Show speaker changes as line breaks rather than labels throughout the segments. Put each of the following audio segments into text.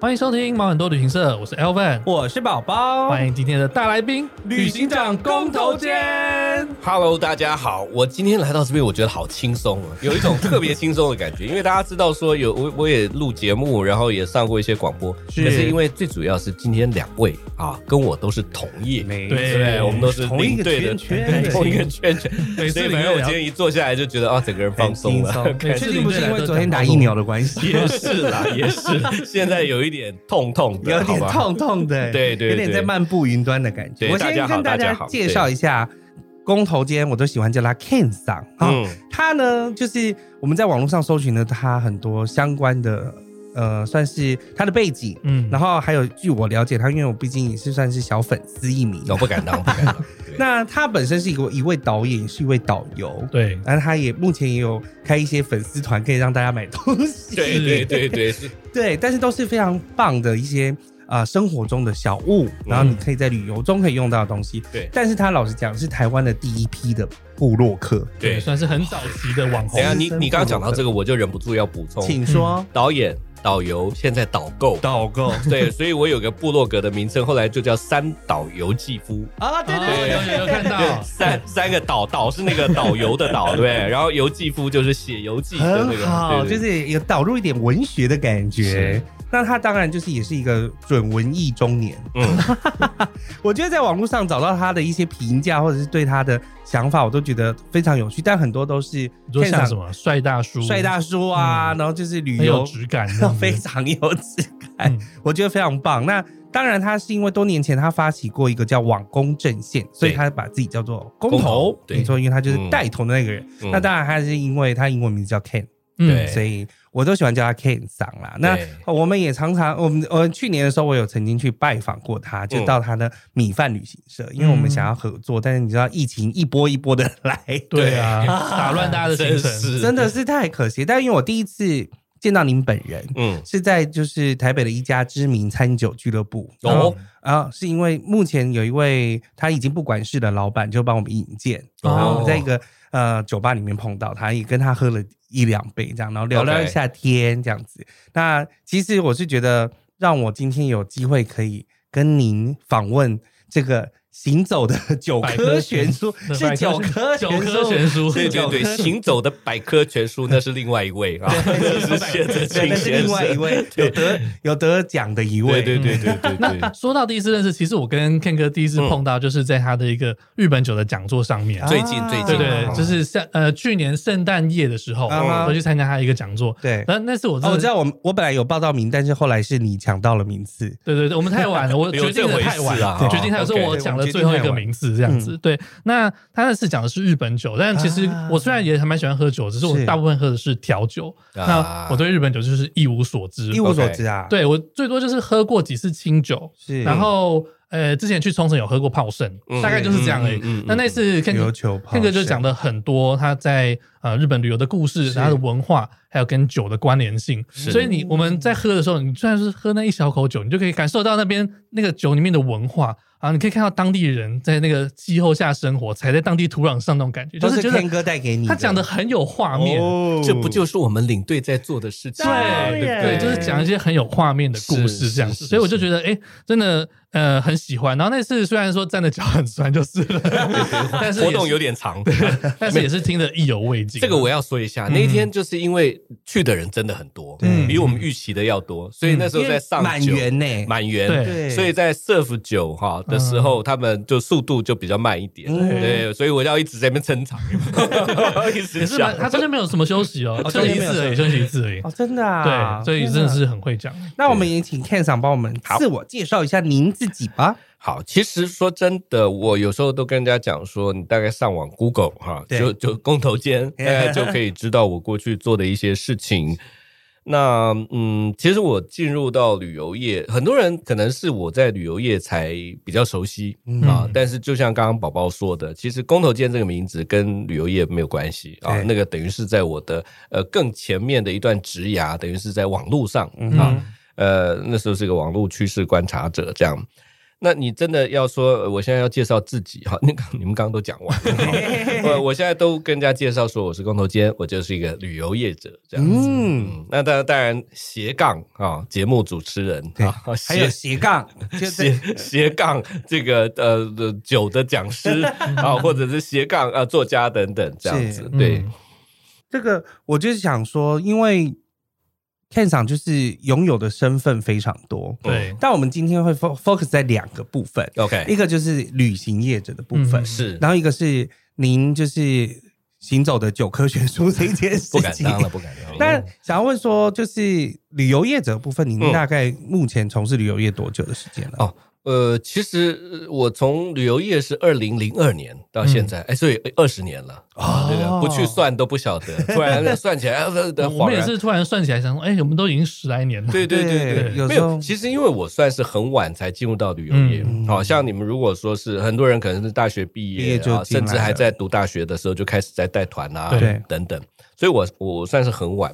欢迎收听毛很多旅行社，我是 Elvin，
我是宝宝，
欢迎今天的大来宾
旅行长公头间。
Hello，大家好，我今天来到这边，我觉得好轻松啊，有一种特别轻松的 感觉。因为大家知道说有我，我也录节目，然后也上过一些广播，
是
可是因为最主要是今天两位啊，跟我都是同业，
没
对
对不对，我们都是
同一个
领
圈
队的
圈的，
同一个圈圈，
对
所以
是领
反
队
正我
啊
今天一坐下来就觉得啊，整个人放松了。
对
确定不是因为昨天打疫苗的关系，
也是 啦，也是，现在有一点痛痛的，
有
好
点
吧
痛痛的，
对对对
有点在漫步云端的感觉。
对
我先
大家好
跟大
大
家
家好
介绍一下。公头间，我都喜欢叫他 Ken 桑啊、
嗯
他呢，就是我们在网络上搜寻了他很多相关的，呃，算是他的背景，
嗯，
然
后
后还有据我了解他，因为我毕竟也是算是小粉丝一名。
哦我不敢当，不敢 当。对
那他本身是一个一位导演，也是一位导游，
对，
然后他也目前也有开一些粉丝团，可以让大家买东西。
对对对对，是
对，但是都是非常棒的一些呃生活中的小物，然后你可以在旅游中可以用到的东西。
对
但是他老实讲是台湾的第一批的部落客，
对。
算是很早期的网红
等一，下，你你刚刚讲到这个，我就忍不住要补充，
请说。
导演、导游，现在导购。
导购
对，所以我有个部落格的名称，后来就叫三岛游记夫。
啊，对对
哦
对，
有有有看
对，
到，
三三个岛，岛是那个导游的岛，对不对？然后游记夫就是写游记的那
很
个，
好，
对
就
对
是有导入一点文学的感觉
是。
那他当然就是也是一个准文艺中年，
嗯，
我觉得在网络上找到他的一些评价或者是对他的想法，我都觉得非常有趣，但很多都是
你说像
现
什
场
么帅大叔，
帅大叔啊，
嗯
然后就是旅
很有
游
质感这样子，
非常有质感，
嗯
我觉得非常棒。那当然，他是因为多年前他发起过一个叫“网工阵线”，所以他把自己叫做公
公
投
投，对
没错，因为他就是
嗯
带头的那个人。
嗯
那当然，他是因为他英文名字叫 Ken，
嗯
对
所以我都喜欢叫他 Ken 桑啦。那
哎对
我们也常常，我们我去年的时候，我有曾经去拜访过
嗯
他，就到他的米饭旅行社，因为我们想要合作，但是你知道疫情一波一波的来，
对啊，打乱大家的行
真
程，
是
真的，是太可惜。但因为我第一次见到您本人，
嗯，
是在就是台北的一家知名餐酒俱乐部然后
哦
啊，是因为目前有一位他已经不管事的老板就帮我们引荐，
哦
然后我们在一个呃酒吧里面碰到他，也跟他喝了一两杯这样，然后聊聊
OK
一下天这样子。那其实我是觉得，让我今天有机会可以跟您访问这个行走的九
百科
科
全
全书，是九科
九科全书，
对对对，行走的百科全书那是另外一位啊，这是谢
对，那
哲
是
清先
另外一
生。
位有得有得奖的一位，
对对对对对对，
说到第一次认识，其实我跟 Ken 哥第一次碰到，就是在他的一个日本酒的讲座上面。
啊
最近最近
对
哦
对，就是圣呃去年圣诞夜的时候，
啊哈
我去参加他一个讲座。
对
那那次我真
哦，
的
我知道，我们我本来有报到名，但是后来是你抢到了名次。
对对对，我们太晚了， 我
有
决定
这
的
回
太晚
事
了，
啊
对
哦
决定还是
OK
我讲了最后一个名字这样
嗯
子。对，那他那次讲的是日本酒，但其实
啊
我虽然也还蛮喜欢喝酒，只是我
是
大部分喝的是调酒。那
啊
我对日本酒就是一无所知
嗯
一。无所知啊，，
对我最多就是喝过几次清酒，
是
然后呃之前去冲绳有喝过泡盛，
嗯
大概就是这样而已
嗯嗯嗯。
那那次 Ken
琉
哥
球泡
Ken 哥就讲
的
了很多他在呃日本旅游的故事，
是
他的文化，还有跟酒的关联性。
是
所以你我们在喝的时候，你虽然是喝那一小口酒，你就可以感受到那边那个酒里面的文化啊，你可以看到当地人在那个气候下生活，踩在当地土壤上那种感觉，
都
就是是觉得
天哥带给你，
他讲的很有画面。
哦
这不就是我们领队在做的事情吗？
对
对不
对，
对，
就是讲一些很有画面的故事
是
这样
哦是
子，
是
所以我就觉得，哎，真的，呃，很喜欢。然后那次虽然说站的脚很酸，就是了， 但是也
活动
是
有点长。
但是也是听得意犹未尽。啊
这个我要说一下，那一天就是因为去的人真的很多，
对
比我们预期的要多，所以那时候在上
满
酒
员呢，
满员，
对
对，
所以在 serve 酒哈的时候，他们就速度就比较慢一点，
嗯
对，所以我要一直在那边撑场， 一直
也是蛮，
讲。
他中间没有什么休息哦，
哦
休息一
中间没
次
有
而已，休息一次而已。
哦，真的啊，
对，所以真的是很会讲。
那我们也请 Ken 赏帮我们自我介绍一下您自己吧。
好，其实说真的，我有时候都跟人家讲说，你大概上网 Google 哈，
对
就就公 投间，大概就可以知道我过去做的一些事情。那嗯，其实我进入到旅游业，很多人可能是我在旅游业才比较熟悉、啊
嗯。
但是就像刚刚宝宝说的，其实“公投间”这个名字跟旅游业没有关系啊
对。
那个等于是在我的呃更前面的一段职涯，等于是在网络上啊。
嗯
呃，那时候是个网络趋势观察者这样。那你真的要说，呃我现在要介绍自己哈， 那个你们刚刚都讲完 了，我我现在都跟人家介绍说我是工头坚，我就是一个旅游业者这样子。
嗯，
嗯，那当然当然斜杠啊，节目主持人
对
啊，，
还有
斜
斜杠，就是
斜斜杠这个呃呃酒的讲师啊，或者是斜杠啊作家等等这样子
是，
对，
嗯
这个，我就是想说，因为 Ken 赏就是拥有的身份非常多，
对，
但我们今天会 fo- focus 在两个部分，一
OK
个就是旅行业者的部分，
嗯
是
然后一个是您就是行走的九科全书这一件事
不敢
情。
当了，不敢当了。
但想要问说，就是旅游业者的部分，您
嗯
大概目前从事旅游业多久的时间了？
哦呃，其实呃我从旅游业是二零零二年到现在，哎，所以二十年了，
嗯哦
对的，不去算都不晓 得，突然算起来，呃呃呃
我
恍
们也
然。
是突然算起来想说，哎，我们都已经十来年了，
对对对
对
对，
有
没
时候
有。其实因为我算是很晚才进入到旅游业，好、
嗯
像你们如果说是很多人可能是大学毕
毕
业
业就
啊，
进
甚
来
至还
了
在读大学的时候就开始在带团啊
对
等等，所以我我算是很晚。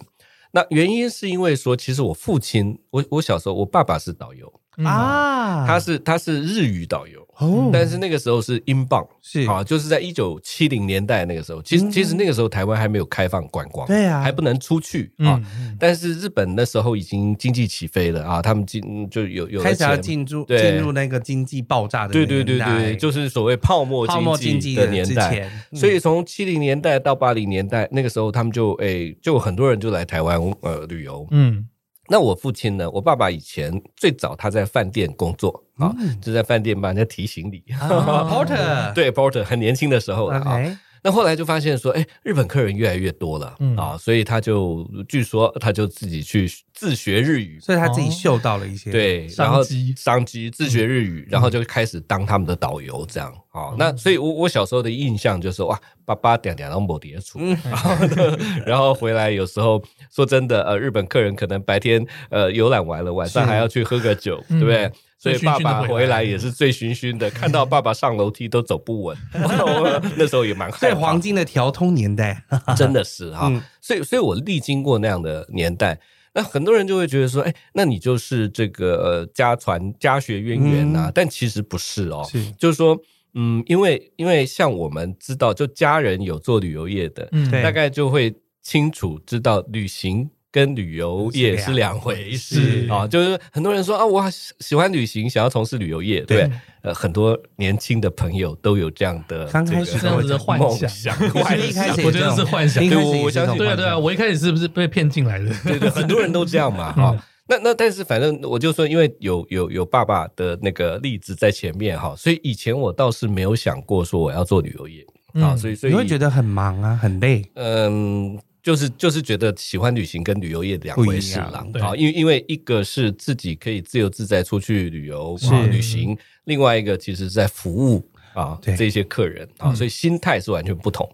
那原因是因为说，其实我父亲，我我小时候我爸爸是导游，
嗯，
啊，
他是他是日语导游，
哦
但是那个时候是英镑。
是嗯
啊，就是在一九七零年代那个时候，其实、其实那个时候台湾还没有开放观光，
对啊
还不能出去啊。
嗯，嗯
但是日本那时候已经经济起飞了啊，他们进就有有了
开始要
钱
进入
对
进入那个经济爆炸的
对对对
年代
对，就是所谓泡沫
泡沫经济
济的
的
年
之
代
前。嗯
所以从七零年代到八零年代那个时候，他们就诶、就很多人就来台湾呃旅游。
嗯
那我父亲呢，我爸爸以前最早他在饭店工作啊，
嗯
就在饭店帮人家提行李。
啊 Porter
对，porter 很年轻的时候了啊，
OK
那后来就发现说，哎，日本客人越来越多了、
嗯
啊，所以他就据说他就自己去自学日语，
所以他自己嗅到了一些，，
对，
商
然后
机嗯
商机自学日语，然后就开始当他们的导游这样啊。那所以我我小时候的印象就是哇，爸爸点点到某碟出，
嗯
然后呢，然后回来有时候说真的，呃，日本客人可能白天呃游览完了，晚上
是
还要去喝个酒，对不对？所以
嗯醉醺醺
爸
地
爸
回来
回来也是醉醺醺的，看到爸爸上楼梯都走不 稳， 我那时候也蛮害怕
在
的。
黄金的调通年代，
真的是哈、
嗯
所以所以我历经过那样的年代，那很多人就会觉得说，哎，那你就是这个呃家传家学渊源呐、
嗯
但其实不是哦，
是
就是说，嗯，因为因为像我们知道，就家人有做旅游业的，
嗯，
对
大概就会清楚知道旅行。跟旅游业是两回事
是
啊、就是很多人说啊，我喜喜欢旅行，想要从事旅游业，对不对，呃，很多年轻的朋友都有这样的
刚开
这
始
个
这样子的幻
梦
想
想，
所
幻
以一
想
开 始
我觉得是幻想
一开始也是
对我
这种
相信
对啊对啊，我一开始是不是被骗进来的？
对对，很多人都这样嘛，
嗯
哈、那那但是反正我就说，因为有有有爸爸的那个例子在前面哈，所以以前我倒是没有想过说我要做旅游业啊、
嗯
所以所以
你会觉得很忙啊，很 累，
嗯，就是就是觉得喜欢旅行跟旅游业两回事啦
不一样对
啊，因为因为一个是自己可以自由自在出去旅游
是
啊旅行，另外一个其实是在服务啊
对
这些客人
嗯
啊，所以心态是完全不同。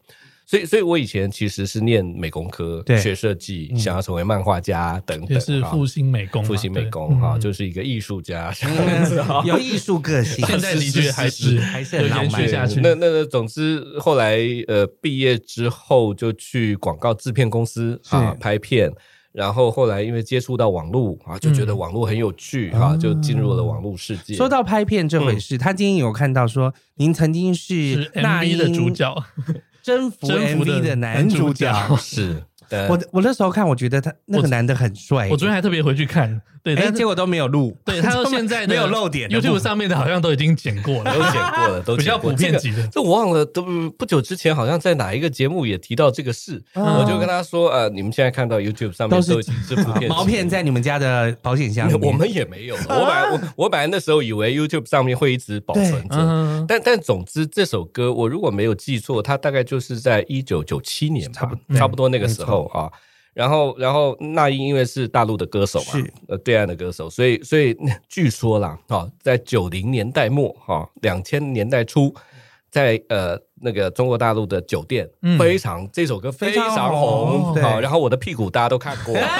所以，所以我以前其实是念美工科，
对
学设计，想要成为漫画家等等，
嗯也是
啊
复兴美工嘛，
复兴美
对
工哈，
嗯
就是一个艺 术家这样子啊。
有艺术个性，
现在的确还
是是
是
是
还是很
有
浪
延
漫
续下去。
那那那，总之后来呃，毕业之后就去广告制片公司啊
是
拍片，然后后来因为接触到网络啊，就觉得网络很有趣啊，
哦
就进入了网络世界。
啊说到拍片这回事，他今天有看到说，您曾经
是
嗯是那
MV 的主
英
角，
征服
征服的
MV 的男主角。
男 主
是，呃
我我那时候看，我觉得他那个男的很
哎
帅，
我昨天还特别回去看，对，
哎，
但
结
是
果都没有录，
对 他到现在的
没有漏点的部分
，YouTube 上面的好像都已经剪过
都
了，
剪过了，都
比较
剪过
普遍
这个
级的。
这我忘了，都不不久之前好像在哪一个节目也提到这个事，
哦
我就跟他说，呃，你们现在看到 YouTube 上面
都是啊
都已经是普遍
毛片在你们家的保险箱里面，
我们也没有。我本来我我本来那时候以为 YouTube 上面会一直保存着，
嗯，
但但总之这首歌我如果没有记错，它大概就是在一九九七年吧，差不差不多那个时候啊。然后然后那英因为是大陆的歌手嘛
是，
呃对岸的歌手，所以所以 据说啦，啊，在九零年代末哈，两、0千年代初。在呃那个中国大陆的酒店，
嗯
非常这首歌非
非常
常
红
红，
对
好，然后我的屁股大家都看过，啊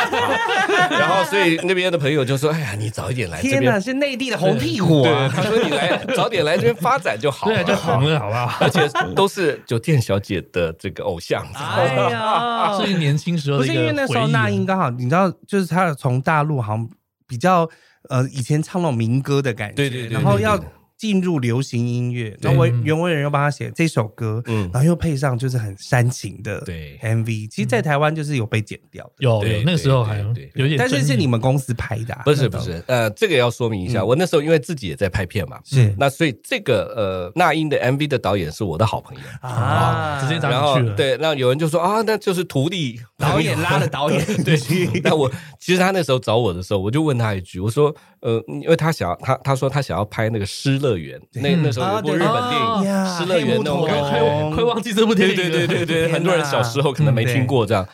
然后所以那边的朋友就说：“哎呀，你早一点来这
天
边
哪，，是内地的红屁股
对，
啊！
他说你来早点来这边发展就好
对
了，
啊，就红 了，好不好？
而且都是酒店小姐的这个偶像。
哎 呀，
是年轻时候
不
的一
是
个
因为那时候
回忆
啊
那英刚好，你知道，就是他从大陆好像比较呃以前唱那种民歌的感觉，
对对对对
然后要进入流行音乐，那我袁惟仁又帮他写这首歌，
嗯
然后又配上就是很煽情的
对
MV，其实，在台湾就是有被剪掉的，
有
对
有那个时候
对
还有
对对
有点争议，
但是是你们公司拍的啊，
不是
那
不
种
是，呃，这个要说明一下，
嗯
我那时候因为自己也在拍片嘛，
是
那所以这个呃，那英的 MV 的导演是我的 好朋友。
啊，直接
然
打
后
进去了，，
对，那有人就说啊，那就是徒弟
导演拉了导演
对，那我其实他那时候找我的时候，我就问他一句，我说，呃，因为他想要他他说他想要拍那个《失乐园》，那
嗯
那时候有部
啊
日
对
本电影
哦
《
呀
失乐园》那种
黑木
感
瞳
觉，
快快忘记这部电
对
影了，
对对对对，
天
很多人
哪
小时候可能
嗯
没
对
听过这样。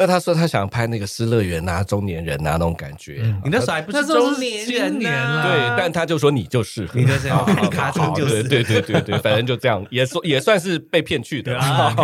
那他说他想拍那个失乐园啊、中年人啊那种感觉，
嗯
你那时候还不
那
是
时候
中
是
年
青
人
年
呐
啦
对，但他就说你就适合，
你就是
啊好好好
卡住啊就是
对对对对对，反正就这样，也说 也算是被骗去 的。
啊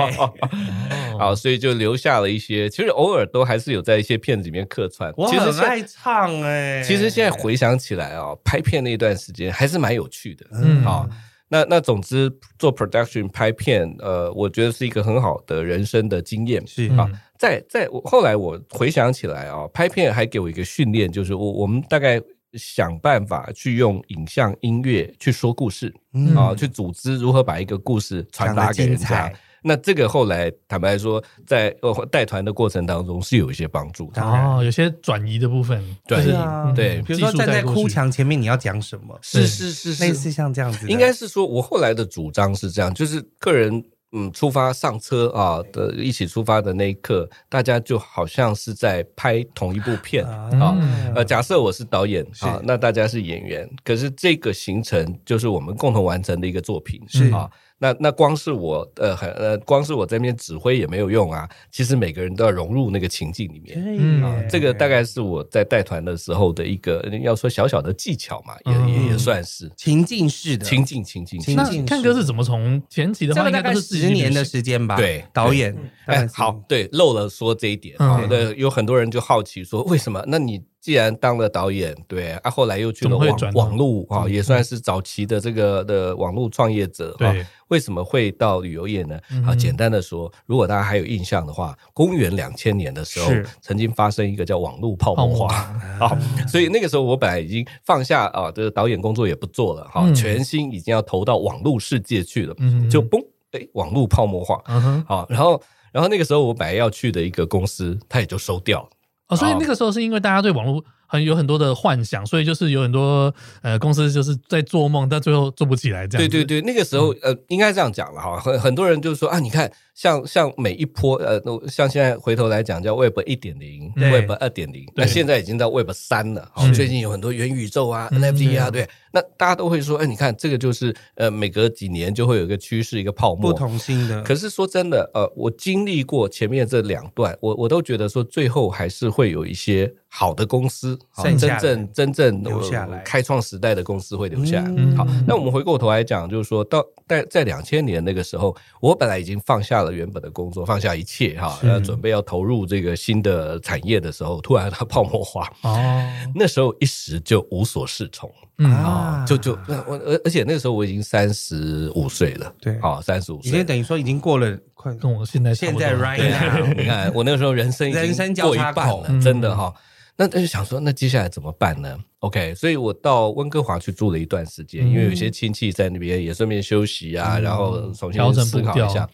好，所以就留下了一些，其实偶尔都还是有在一些片子里面客串。
我
其实
很
现在
爱唱哎、
其实现在回想起来啊、哦，拍片那段时间还是蛮有趣的。
嗯
好、那那总之做 production 拍片，呃，我觉得是一个很好的人生的经验。
是
嗯
啊，在在我后来我回想起来啊、拍片还给我一个训练，就是我我们大概想办法去用影像、音乐去说故事
嗯
啊、去组织如何把一个故事传达给人
讲得
家
精彩。
那这个后来坦白说，在呃带团的过程当中是有一些帮助的。
哦，有些转移的部分，
转移
就是
啊
嗯
对
比如说
技术
站在
带过去
哭墙前面，你要讲什么？
对
是
类似像这样子的，
应该是说，我后来的主张是这样，就是个人嗯出发上车啊的一起出发的那一刻，大家就好像是在拍同一部片啊。
嗯
呃，假设我是导演
是
啊，那大家是演员，可是这个行程就是我们共同完成的一个作品
嗯
是
啊。那那光是我呃很呃，光是我在那边指挥也没有用啊。其实每个人都要融入那个情境里面。
嗯
嗯，
这个大概是我在带团的时候的一个，呃要说小小的技巧嘛，也也也
嗯
算是
情境式的，
情境情境。
情
那
境
看
是
哥是怎么从前期的
这
话，
个
应
大
该
概
都是自己
十年的
旅行
时间吧。
对
导演，大概
哎
是，
好，，对，漏了说这一点
嗯
啊。对，有很多人就好奇说，为什么？那你既然当了导演，对啊，后来又去
怎
了
么会
网
转呢
网络啊，也算是早期的这个的网络创业者啊
对，
为什么会到旅游业呢
嗯？
啊，简单的说，如果大家还有印象的话，公元两千年的时候
是，
曾经发生一个叫网络泡沫
泡
化。 好，所以那个时候我本来已经放下啊，这个导演工作也不做了哈，
嗯
全心已经要投到网络世界去了
嗯，
就嘣，哎，网络泡沫化。
嗯哼，
好，然后然后那个时候我本来要去的一个公司，它也就收掉了。
哦，所以
哦
那个时候是因为大家对网络很有很多的幻想，所以就是有很多呃公司就是在做梦，但最后做不起来这样
对
子。嗯
对对，那个时候呃，应该这样讲了哈，很很多人就说啊，你看像像每一波呃，像现在回头来讲叫 Web 一点零
对
，Web 二点零，那现在已经到 Web 三了。哦
是
最近有很多元宇宙啊、
嗯
NFT 啊，
对
对，那大家都会说，哎，你看这个就是呃，每隔几年就会有一个趋势，一个泡
不。
沫
同性的，
可是说真的，呃，我经历过前面这两段，我我都觉得说，最后还是会有一些好的公司，啊
剩下
真
来
正真正
留下来
呃开创时代的公司会留下来。
嗯
好，那我们回过头来讲，就是说到在在两千年那个时候，我本来已经放下了原本的工作，放下一切哈，
是
呃，准备要投入这个新的产业的时候，突然它泡沫化，
哦，
那时候一时就无所适从。
嗯，
啊
啊、就就那我而而且那个时候我已经三十五岁了，
对
好三十五
已
岁
经
了，
等于说已经过了快
跟我现在差不多
现在 right
对
now
你看，我那个时候人生已经
人生交
过一
叉
半
口
了，
嗯
真的哈、那那就想说，那接下来怎么办呢？OK，所以我到温哥华去住了一段时间，
嗯
因为有一些亲戚在那边也顺便休息啊，然后重
调
新
整
思
步
考
调
一下。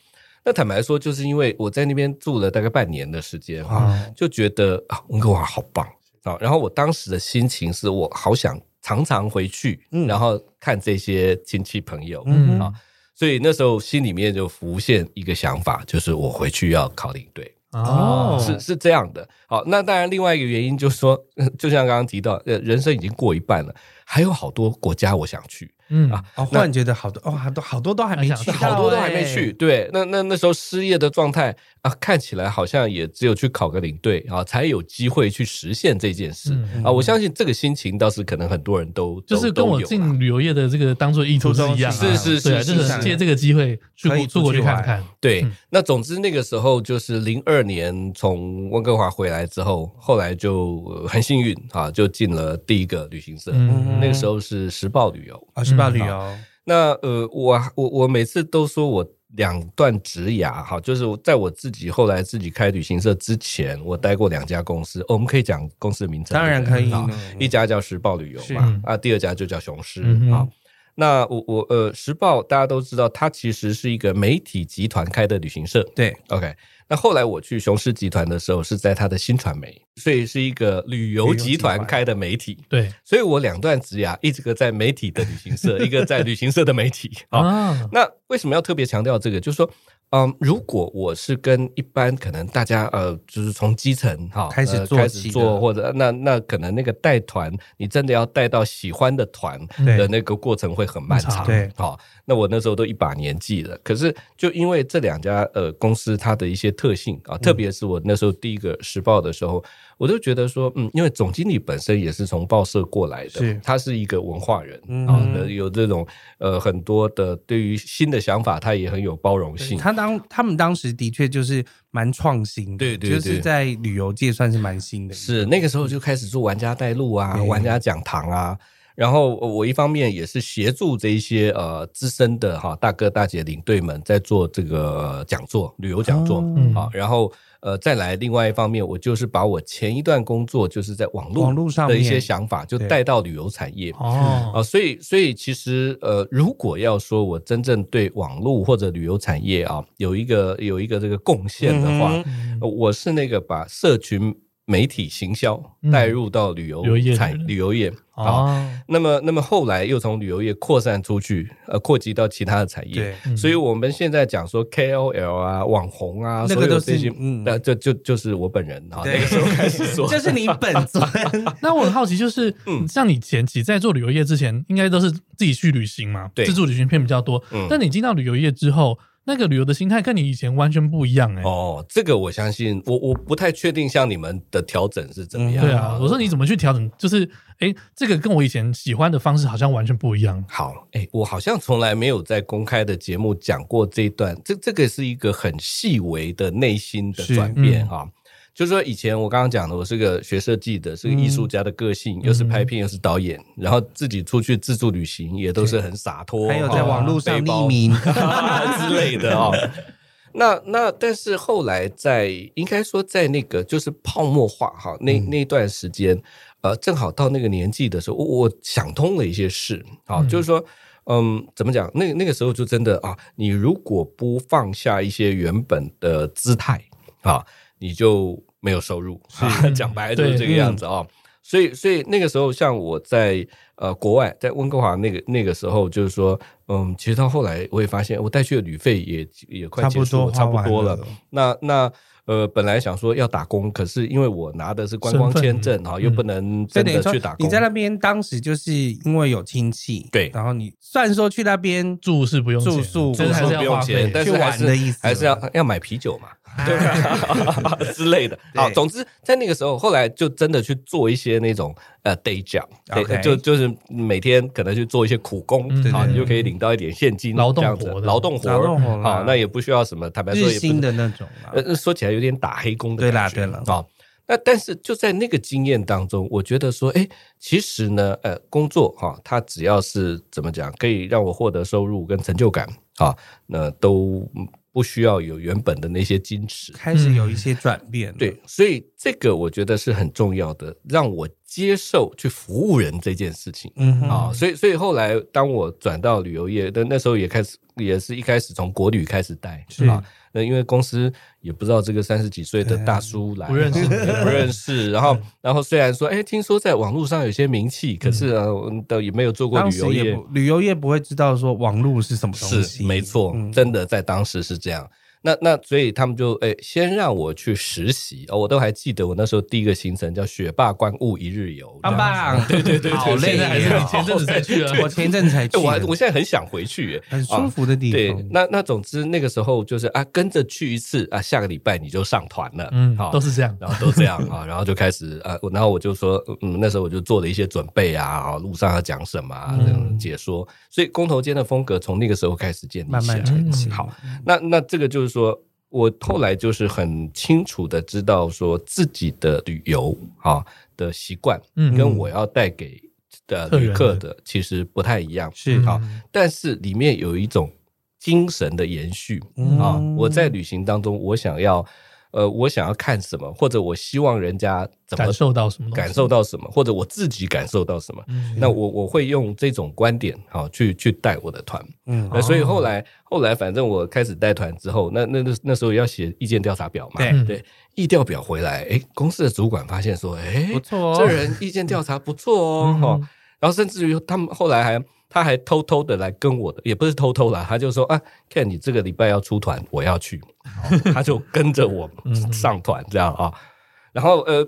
那坦白说，就是因为我在那边住了大概半年的时间哈、
啊，
就觉得啊，温哥华好棒啊。然后我当时的心情是我好想常常回去，
嗯
然后看这些亲戚朋友，
嗯
嗯
好
所以那时候心里面就浮现一个想法，就是我回去要考领队。
哦，
啊是是这样的。好，那当然，另外一个原因就是说， 就像刚刚提到，呃，人生已经过一半了，还有好多国家我想去，
嗯
啊
哦，忽然觉得好多哦，好多好多都还没
还想
去到，
去
好多都还
欸
没去。对，那那那时候失业的状态啊，看起来好像也只有去考个领队啊，才有机会去实现这件事、
嗯
啊。我相信这个心情倒是可能很多人都
就是
都
跟我
都有啊啦
进旅游业的这个当做意图是一样啊，
初衷是
是
对啊
是
就是是借这个机会去
可以
国出国
出去
去看
玩
看，
对，
嗯
那总之那个时候就是零二年从温哥华回来之后，后来就呃很幸运啊，就进了第一个旅行社。
嗯
那个时候是时报旅游。
啊，去报
嗯
旅游，
那呃，我我我每次都说我两段职涯哈，就是我在我自己后来自己开旅行社之前，我待过两家公司。哦、我们可以讲公司的名称，
当然
对不
可
对
以
啊，
嗯
一家叫时报旅游
是
嘛，啊，第二家就叫雄狮、
嗯哼
啊。那我我呃，时报大家都知道，它其实是一个媒体集团开的旅行社。
对，
OK，那后来我去雄狮集团的时候，是在它的新传媒，所以是一个旅游集团开的媒体。
对
所以我两段职涯，一个在媒体的旅行社，一个在旅行社的媒体。 啊、
啊，
那为什么要特别强调这个？就是说，嗯，如果我是跟一般可能大家呃，就是从基层哈
开始
呃
做
开
起
始
的
做，或者那那可能那个带团，你真的要带到喜欢的团
对
的那个过程会很漫长。
很长
对
好、那我那时候都一把年纪了，可是就因为这两家呃公司它的一些特性啊，特别是我那时候第一个时报的时候，我就觉得说，嗯，因为总经理本身也是从报社过来的，
是
他是一个文化人
嗯
啊、那有这种呃很多的对于新的想法，他也很有包容性。
他当他们当时的确就是蛮创新的，
对对
就
对
是在旅游界算是蛮新的，
是那个时候就开始做玩家带路啊，
对
玩家讲堂啊。然后呃我一方面也是协助这一些呃资深的哈大哥大姐领队们在做这个讲座、旅游讲座
哦
嗯
好，然后呃再来另外一方面，我就是把我前一段工作就是在网络
网络上
的一些
面
想法就
对
带到旅游产业啊、
哦，
所以所以其实呃，如果要说我真正对网络或者旅游产业啊有一个有一个这个贡献的话，
嗯
嗯
呃我是那个把社群媒体行销
嗯
带入到旅游
旅游业
产
的人
旅游业啊。
哦，
那么，那么后来又从旅游业扩散出去，呃，扩及到其他的产业
对。，
嗯
所以我们现在讲说 KOL 啊、网红啊，
那个
所有
都是
这些，
嗯
那这就就是我本人啊，
对
那个时候开始 做，
就是你本 尊，
那我很好奇，就是
嗯
像你前期在做旅游业之前，应该都是自己去旅行嘛，
对
自助旅行片比较多
嗯。
但你进到旅游业之后，那个旅游的心态跟你以前完全不一样哎。
哦，这个我相信，我我不太确定像你们的调整是
嗯
怎么样、
对啊，我说你怎么去调整？就是哎，这个跟我以前喜欢的方式好像完全不一样。
好，哎、我好像从来没有在公开的节目讲过这一段，这这个是一个很细微的内心的
是嗯
转变哈、就是说，以前我刚刚讲的，我是个学设计的，是个艺
嗯
术家的个性，又是拍片，又是导演，然后自己出去自助旅行，也都是很洒脱，
还有
哈
在网络上
背包
匿 名，
之类的哦。那那，但是后来在应该说在那个就是泡沫化哈，那
嗯
那段时间，呃，正好到那个年纪的时候，我我想通了一些事，好，
嗯
就是说，嗯，怎么讲？那那个时候就真的啊，你如果不放下一些原本的姿态啊，你就没有收入， 啊、讲白了就是这个样子啊、哦。所以，所以那个时候，像我在呃国外，在温哥华那个那个时候，就是说，嗯，其实到后来我也发现，我带去的旅费也也快
差
结
不
束
多
了，差不
花完
多了
了。
那那呃，本来想说要打工，可是因为我拿的是观光
身份
签证啊，又
嗯
不能
所以
真
等于
的
说
去打工。
你在那边当时就是因为有亲戚，
对
然后你虽然说去那边住，
住是不用钱
住宿
真的还是
不
要
用
花
钱
费，。
但是还
去玩的意
是
思啊
还是要要买啤酒嘛，对吧？之类的。
对
好，总之在那个时候，后来就真的去做一些那种呃 day job，
OK
对就就是每天可能去做一些苦工
嗯对，
好，
对
你就
对
可以领到一点现金，
劳动
这样子
活的
劳动活
劳动活
儿，
啦
好，那也不需要什么，坦白说
日
也不
薪的那种啦
呃，，呃说起来有点打黑工的
对啦
感
对
觉
啦
啊。那但是就在那个经验当中，我觉得说，哎，其实呢，呃，工作哈、它只要是怎么讲，可以让我获得收入跟成就感啊，那都嗯不需要有原本的那些矜持。
开始有一些转变，
嗯对，，所以这个我觉得是很重要的，让我接受去服务人这件事情。
嗯哼，
啊、所以所以后来当我转到旅游业，但那时候也开始也是一开始从国旅开始带，
是
啊，那因为公司也不知道这个三十几岁的
啊
大叔来，
不认识
不认识，然后然后虽然说，哎，听说在网络上有些名气，可是呃，都也没有做过
嗯当
旅
时
游
也
业
不，旅游业不会知道说网络是什么东
是
西，
没错，
嗯
真的在当时是这样。那那所以他们就哎，先让我去实习哦，我都还记得我那时候第一个行程叫雪霸观雾一日游，
棒
这样子
棒，对对对好累
现在还是
呀
你前阵子才去啊？
我前阵子才去
哎，我还
的，
我现在很想回去耶，
很
啊
舒服的地
对
方，，
那那总之那个时候就是啊，跟着去一次啊，下个礼拜你就上团了，
嗯，
好、
都是这样。
然后都这样 啊，然后就开始啊，我然后我就说，嗯，那时候我就做了一些准备啊，啊路上要讲什么、啊，
嗯
这种解说，所以工头间的风格从那个时候开始建立
慢
起来。
慢成
嗯
型，
好，那那这个就是说我后来就是很清楚的知道说自己的旅游啊的习惯，
嗯
跟我要带给的
客人
旅客
的
的其实不太一样，
是
好。
嗯
但是里面有一种精神的延续
嗯
啊！我在旅行当中，我想要呃，我想要看什么，或者我希望人家怎么
感受到什么东西
感受到什么，或者我自己感受到什么。
嗯
那我我会用这种观点好、去去带我的团。
哦
嗯，
那所以后来后来，反正我开始带团之后，那那那那时候要写意见调查表嘛，
嗯
对
对，意调表回来，哎，公司的主管发现说，哎
不，错哦，
这人意见调查不错哦，
嗯
哦然后甚至于他们后来还他还偷偷的来跟我的，也不是偷偷啦，他就说啊看你这个礼拜要出团，我要去， 哦他就跟着我
嗯
上团这样啊、然后呃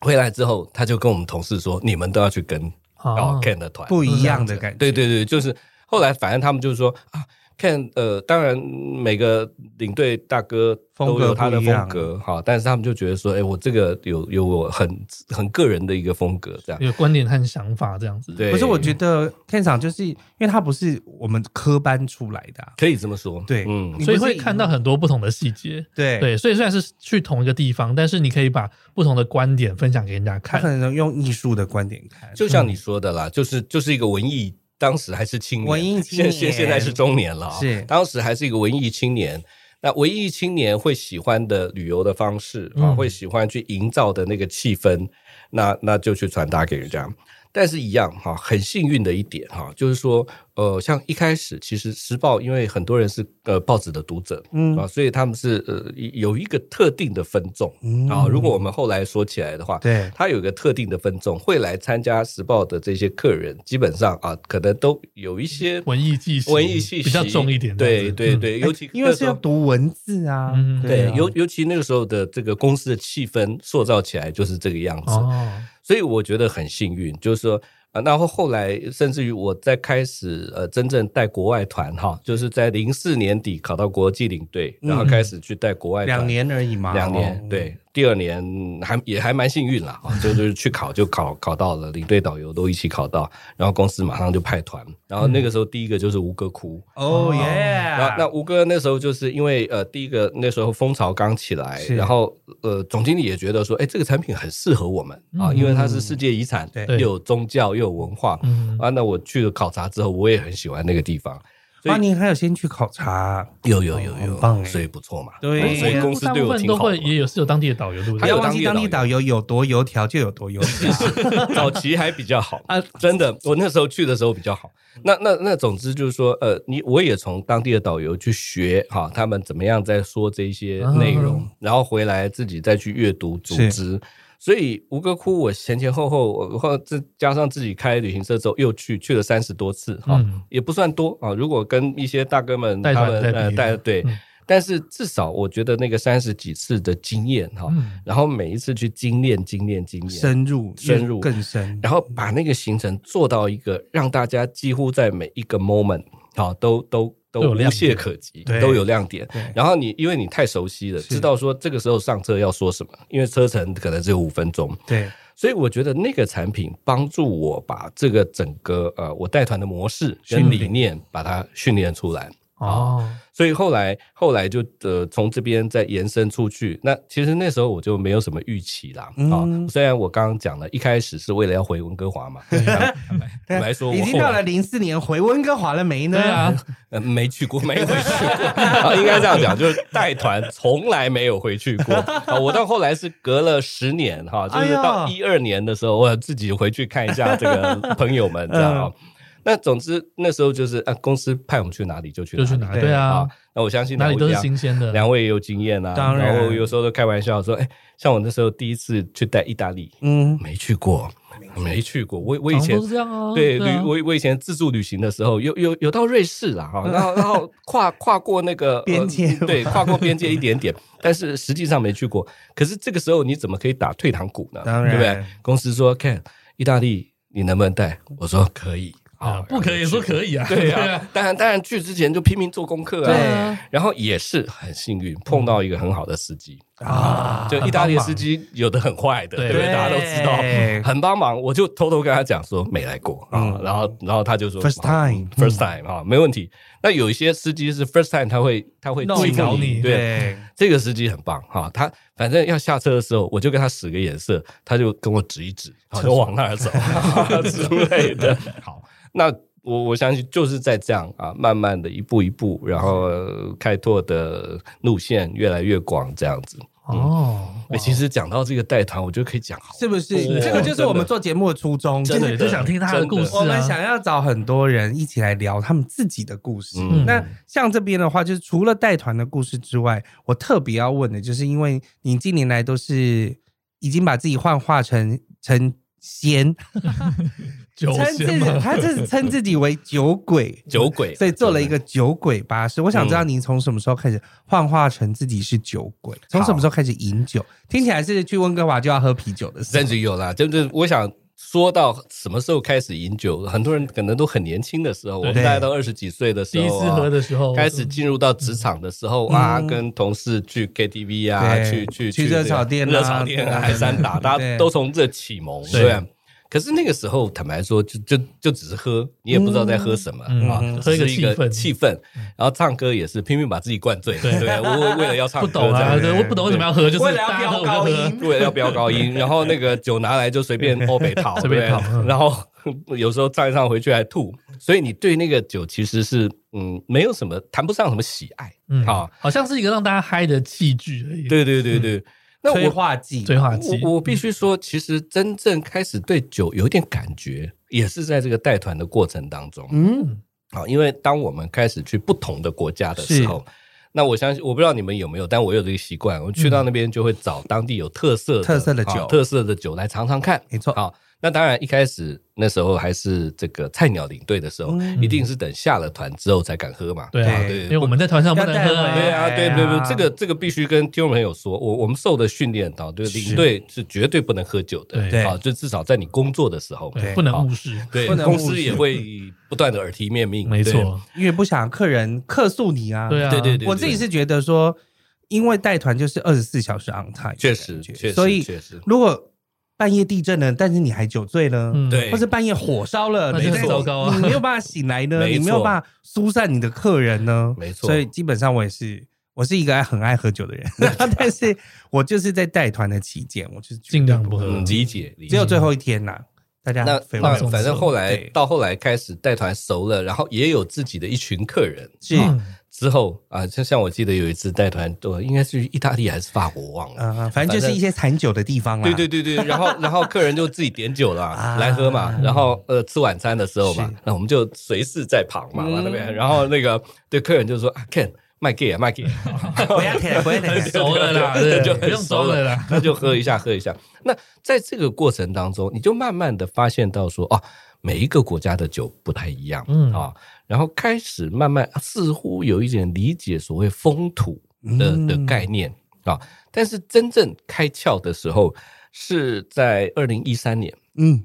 回来之后，他就跟我们同事说，你们都要去跟哦
啊
Ken 的团，
不一样的感觉，
对对对，就是后来反正他们就是说啊，看呃，当然每个领队大哥都有他的风
风格
格哈，但是他们就觉得说，哎，我这个有有我很很个人的一个风格这样。
有观点和想法这样子，
对，
不是，我觉得 Ken 厂就是因为他不是我们科班出来的啊、
可以这么说，
对
嗯
你，
所以
不是
会
以
看到很多不同的细节。
对，
对，所以虽然是去同一个地方，但是你可以把不同的观点分享给人家
他
看
可。能用艺术的观点看，
就像你说的啦，就是就是一个文艺，当时还是青年，
文艺青年
现现现在是中年了啊、
是
当时还是一个文艺青年。那文艺青年会喜欢的旅游的方式啊，
嗯
会喜欢去营造的那个气氛，那那就去传达给人家。但是，一样哈、很幸运的一点哈、就是说，呃，像一开始其实《时报》，因为很多人是呃报纸的读者，
嗯
啊，所以他们是呃有一个特定的分众
嗯
啊。如果我们后来说起来的话，
对
他有一个特定的分众，会来参加时报的这些客人，基本上啊，可能都有一些
文艺气息，
文艺气息
比较重一点这样
对
子。
对
嗯，
对，尤其
哎因为
那
是
时
要
候
读文字啊，
嗯
对
啊，
尤尤其那个时候的这个公司的气氛塑造起来就是这个样子。
哦，
所以我觉得很幸运，就是说，啊，然后后来甚至于我在开始呃真正带国外团哈，就是在零四年底考到国际领队，然后开
嗯
始去带国外团
两年而已嘛，
两年
哦，
啊对，第二年还也还蛮幸运啦，啊，就 就是去考就考考到了，领队导游都一起考到，然后公司马上就派团，然后那个时候第一个就是吴哥窟，
哦耶，
然后那吴哥那时候就是因为呃第一个那时候风潮刚起来，
是
然后呃总经理也觉得说，哎这个产品很适合我们啊，
嗯
因为它是世界遗产，
对
又有宗教又有文化
嗯，
啊，那我去了考察之后，我也很喜欢那个地方，所以
八年还有先去考察，
有有有
很棒哎
有，所以不错嘛，
对
嗯所以公司
大
对
部
我
分
挺
都
好
会
的嘛
也。有是有当地的导游，对不
不
还
对
要
有？
忘记当
当
地
地
导
导
游有多油条就有多油条，
早期还比较好啊，真的，我那时候去的时候比较好。那那那，总之就是说，呃，你我也从当地的导游去学哈、他们怎么样在说这些
啊
内容，然后回来自己再去阅读组织。所以吴哥窟，我前前后后，我后这加上自己开旅行社之后，又去去了三十多次哈、
嗯
也不算多啊。如果跟一些大哥们
带
他
团
们
在
呃
比
带对、
嗯
但是至少我觉得那个三十几次的经验哈、
嗯
然后每一次去精炼精炼精炼，
深入
深入
更深，
然后把那个行程做到一个让大家几乎在每一个 moment 啊，都都都
都有亮
无懈
点
可击
对，
都有亮点
对。
然后你因为你太熟悉了，
是
知道说这个时候上车要说什么，因为车程可能只有五分钟，
对，
所以我觉得那个产品帮助我把这个整个呃我带团的模式
训
跟
练
理念把它训练出来。
哦，
所以后来后来就呃从这边再延伸出去。那其实那时候我就没有什么预期啦啊、
嗯
虽然我刚刚讲了，一开始是为了要回温哥华嘛，坦白坦白说
啊已
我
经
后
到
来
了零四年，回温哥华了没呢？
对啊，
呃没去 过，没回去过，啊应该这样讲，就是带团从来没有回去过。啊，我到后来是隔了十年哈、就是到
哎
一二年的时候，我自己回去看一下这个朋友们，这样啊。那总之那时候就是啊，公司派我们去哪里就去
就去哪
里
里？对啊，，
那我相信
哪里
两
都
位一
是
样
新鲜的。
两位也有经验啊，
当然
后有时候都开玩笑说，哎，像我那时候第一次去带意大利，
嗯，
没去过，没去过。我我以
好像
前
都是这样
哦
啊，
对
啊
旅，我我以前自助旅行的时候，有有有到瑞士啦，哈，然后然后跨跨过那个呃
嗯边界
对，跨过边界一点点，但是实际上没去过。可是这个时候你怎么可以打退堂鼓呢？
当然
对不对？公司说看意大利你能不能带，我说可以
啊，不可以说
以。
可以啊，
对啊，当然当然去之前就拼命做功课啊，
对啊，
然后也是很幸运碰到一个很好的司机，
啊，
就意大利司机有的很坏的，
对
对不对？
对
大家都知
对
道，很帮忙。我就偷偷跟他讲说没来过啊
嗯，
然后然后他就说
First
好
time 嗯
first time 啊，没问题。那有一些司机是 first time，他会他会
弄
欺
搞
负
你
对。
对，
这个司机很棒哈，他反正要下车的时候，我就跟他使个眼色，他就跟我指一 指，好，就往那儿走之类的。好，那我我相信就是在这样啊，慢慢的一步一步，然后呃开拓的路线越来越广，这样子。
哦，
哎其实讲到这个带团，我觉得可以讲好。
是不是？
哦
这个就是我
真
们
的
做节目的初衷，
真的
就是
对，就想听他的故事、啊。
我们想要找很多人一起来聊他们自己的故事。
嗯
那像这边的话，就是除了带团的故事之外，我特别要问的就是，因为你近年来都是已经把自己幻化成成仙，
酒
称自
仙
己
嘛，
他是称自己为酒鬼，
酒鬼啊
所以做了一个酒鬼巴士。我想知道您从什么时候开始幻化成自己是酒鬼，从什么时候开始饮酒？听起来是去温哥华就要喝啤酒的事
甚。至有啦，就是我想说到什么时候开始饮酒，很多人可能都很年轻的时候，我们
对
大概都二十几岁的时
第
候、
一
啊，
次喝的时候嗯
开始进入到职场的时候啊，
嗯
跟同事去 KTV 啊，
对
去去
去热炒店啊
热炒店啊，
对
海山打，大
对
家都从这起蒙，
对
对啊。可是那个时候，坦白说，就就就只是喝，你也不知道在喝什么
嗯
啊
嗯，
喝一个
只是一个
气
气氛，然后唱歌也是拼命把自己灌醉，
对
对，我我为了要唱
不
歌，
懂啊，
这
对，
样
我不懂为什么要喝，就是
为了要
大家喝我就
飙高
喝
音，
为了要飙高音，然后那个酒拿来就 随便欧北讨，
随便
对
讨嗯
然后有时候唱一唱回去还吐，所以你对那个酒其实是嗯没有什么谈不上什么喜爱，
嗯，
好，
好像是一个让大家嗨的器具而已。，
对对对
嗯
对，那
催
我
化剂，
催化剂，
我我必须说，其实真正开始对酒有点感觉，也是在这个带团的过程当中。
嗯，
好，因为当我们开始去不同的国家的时候，那我相信我不知道你们有没有，但我有这个习惯，我去到那边就会找当地有特色的
嗯特色的酒
好特色的酒来尝尝看。
没错
好，那当然一开始那时候还是这个菜鸟领队的时候，
嗯
一定是等下了团之后才敢喝嘛。
对啊，
对
因为我们在团上不能喝
要带
啊
回
对
来。
啊，对
哎
对
呀
对，这个这个必须跟听众朋友说，我我们受的训练到，就是
是
领队是绝对不能喝酒的，
对
啊，就至少在你工作的时候，
对
对
不能误事，
对
不，能
公
误
司
事
也会不断的耳提面命，
没错，
因为不想客人客诉你啊。
对啊，
对，对对对，
我自己是觉得说，因为带团就是二十四小时 on time，
确
的
实，
感觉
确实，
所以
确实，
如果半夜地震了，但是你还酒醉了，
嗯
对
或是半夜火烧了，
那
就很
你
糟糕啊
你没有办法醒来呢，
没错
你没有办法疏散你的客人呢，
没错
所以基本上我也是。我是一个很爱喝酒的人，但是我就是在带团的期间，我就是
尽量不喝。
嗯，理解理
只
解
有。最后一天呐、大家
那
废
那
话
放松
反正后来
对
到后来开始带团熟了，然后也有自己的一群客人，
是
嗯
啊 之后啊，像像我记得有一次带团，我应该是意大利还是法国，我忘了，
啊、反正就是一些产酒的地方啦。啊
对对对对，然后然后客人就自己点酒 了啊、来喝嘛，然后呃吃晚餐的时候嘛
是，
那我们就随侍在旁嘛，
嗯
往那边，然后那个对客人就说啊，Ken 卖 gay 啊卖 gay，
不要舔，不要舔，
熟了啦对
就
不
很
用
熟
装了
了
啦，
那就喝一下喝一下。那在这个过程当中，你就慢慢的发现到说哦。每一个国家的酒不太一样，
嗯
嗯啊、然后开始慢慢似乎有一点理解所谓风土的
嗯
的概念啊，但是真正开窍的时候是在二零一三年，
嗯，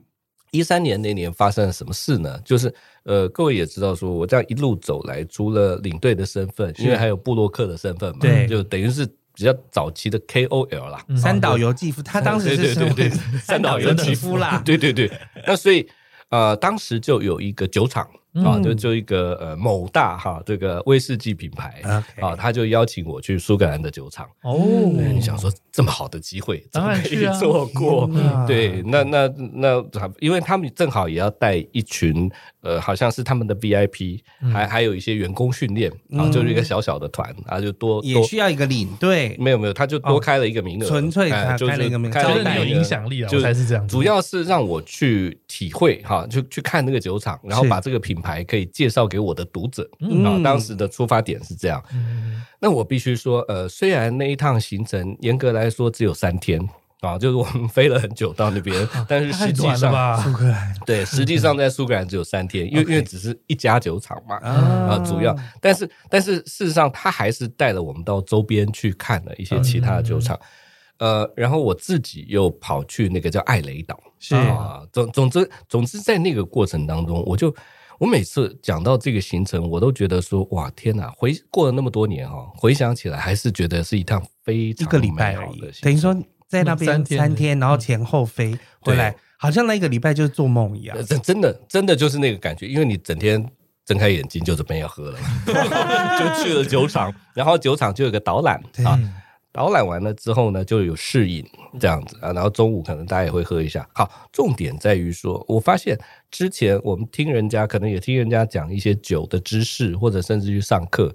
一三年那年发生了什么事呢？就是呃，各位也知道，说我这样一路走来，除了领队的身份，因为还有布洛克的身份嘛，
对
就等于是比较早期的 KOL 啦。
嗯
三岛由纪夫，他当时是
啊对对对对
身为
三岛由
由
纪
纪
夫
夫啦，
对对对，那所以呃，当时就有一个酒厂啊，
嗯
就就一个呃某大哈这个威士忌品牌
嗯 OK
啊，他就邀请我去苏格兰的酒厂。
哦，
对你想说这么好的机会，怎
当
么
然
可
去
以
啊
错过？
天哪
对，那那那，因为他们正好也要带一群，呃，好像是他们的 VIP，、还
嗯
还有一些员工训练啊，
嗯
就是一个小小的团啊，就多
也
多
需要一个领队，
没有没有，他就多开了一个名额，
哦纯粹
哎
他
就是
开了一个名额
开
觉
了
得
一个
你有
名额
影响力啊，
就
我才是这样子。
主要是让我去体会哈，就去看那个酒厂，然后
是
把这个品牌可以介绍给我的读者
嗯
啊。当时的出发点是这样，
嗯
那我必须说，呃，虽然那一趟行程严格来说只有三天啊，就是我们 飞了很久到那边，但是
太
实
啊
际
短了
上，
吧？
克兰
对，实际上在苏格兰只有三天，因为因为只是一家酒厂嘛。啊，主要，
嗯
但是但是事实上，他还是带了我们到周边去看了一些其他的酒厂，
嗯
呃，然后我自己又跑去那个叫艾雷岛，
是
啊，总总之总之在那个过程当中，我就我每次讲到这个行程，我都觉得说哇天哪，回过了那么多年哈、哦，回想起来还是觉得是一趟非
一
常
个礼拜
美
而
好
已
的，行
等于
程
说在那边
三
三
天
天，
嗯
然后前后飞回来
对，
好像那一个礼拜就是做梦一样
呃。真真的真的就是那个感觉，因为你整天睁开眼睛就准备要喝了， 就去了酒厂，然后酒厂就有个导览
嗯
啊，导览完了之后呢，就有试饮这样子啊，然后中午可能大家也会喝一下。好，重点在于说，我发现之前我们听人家可能也听人家讲一些酒的知识，或者甚至去上课，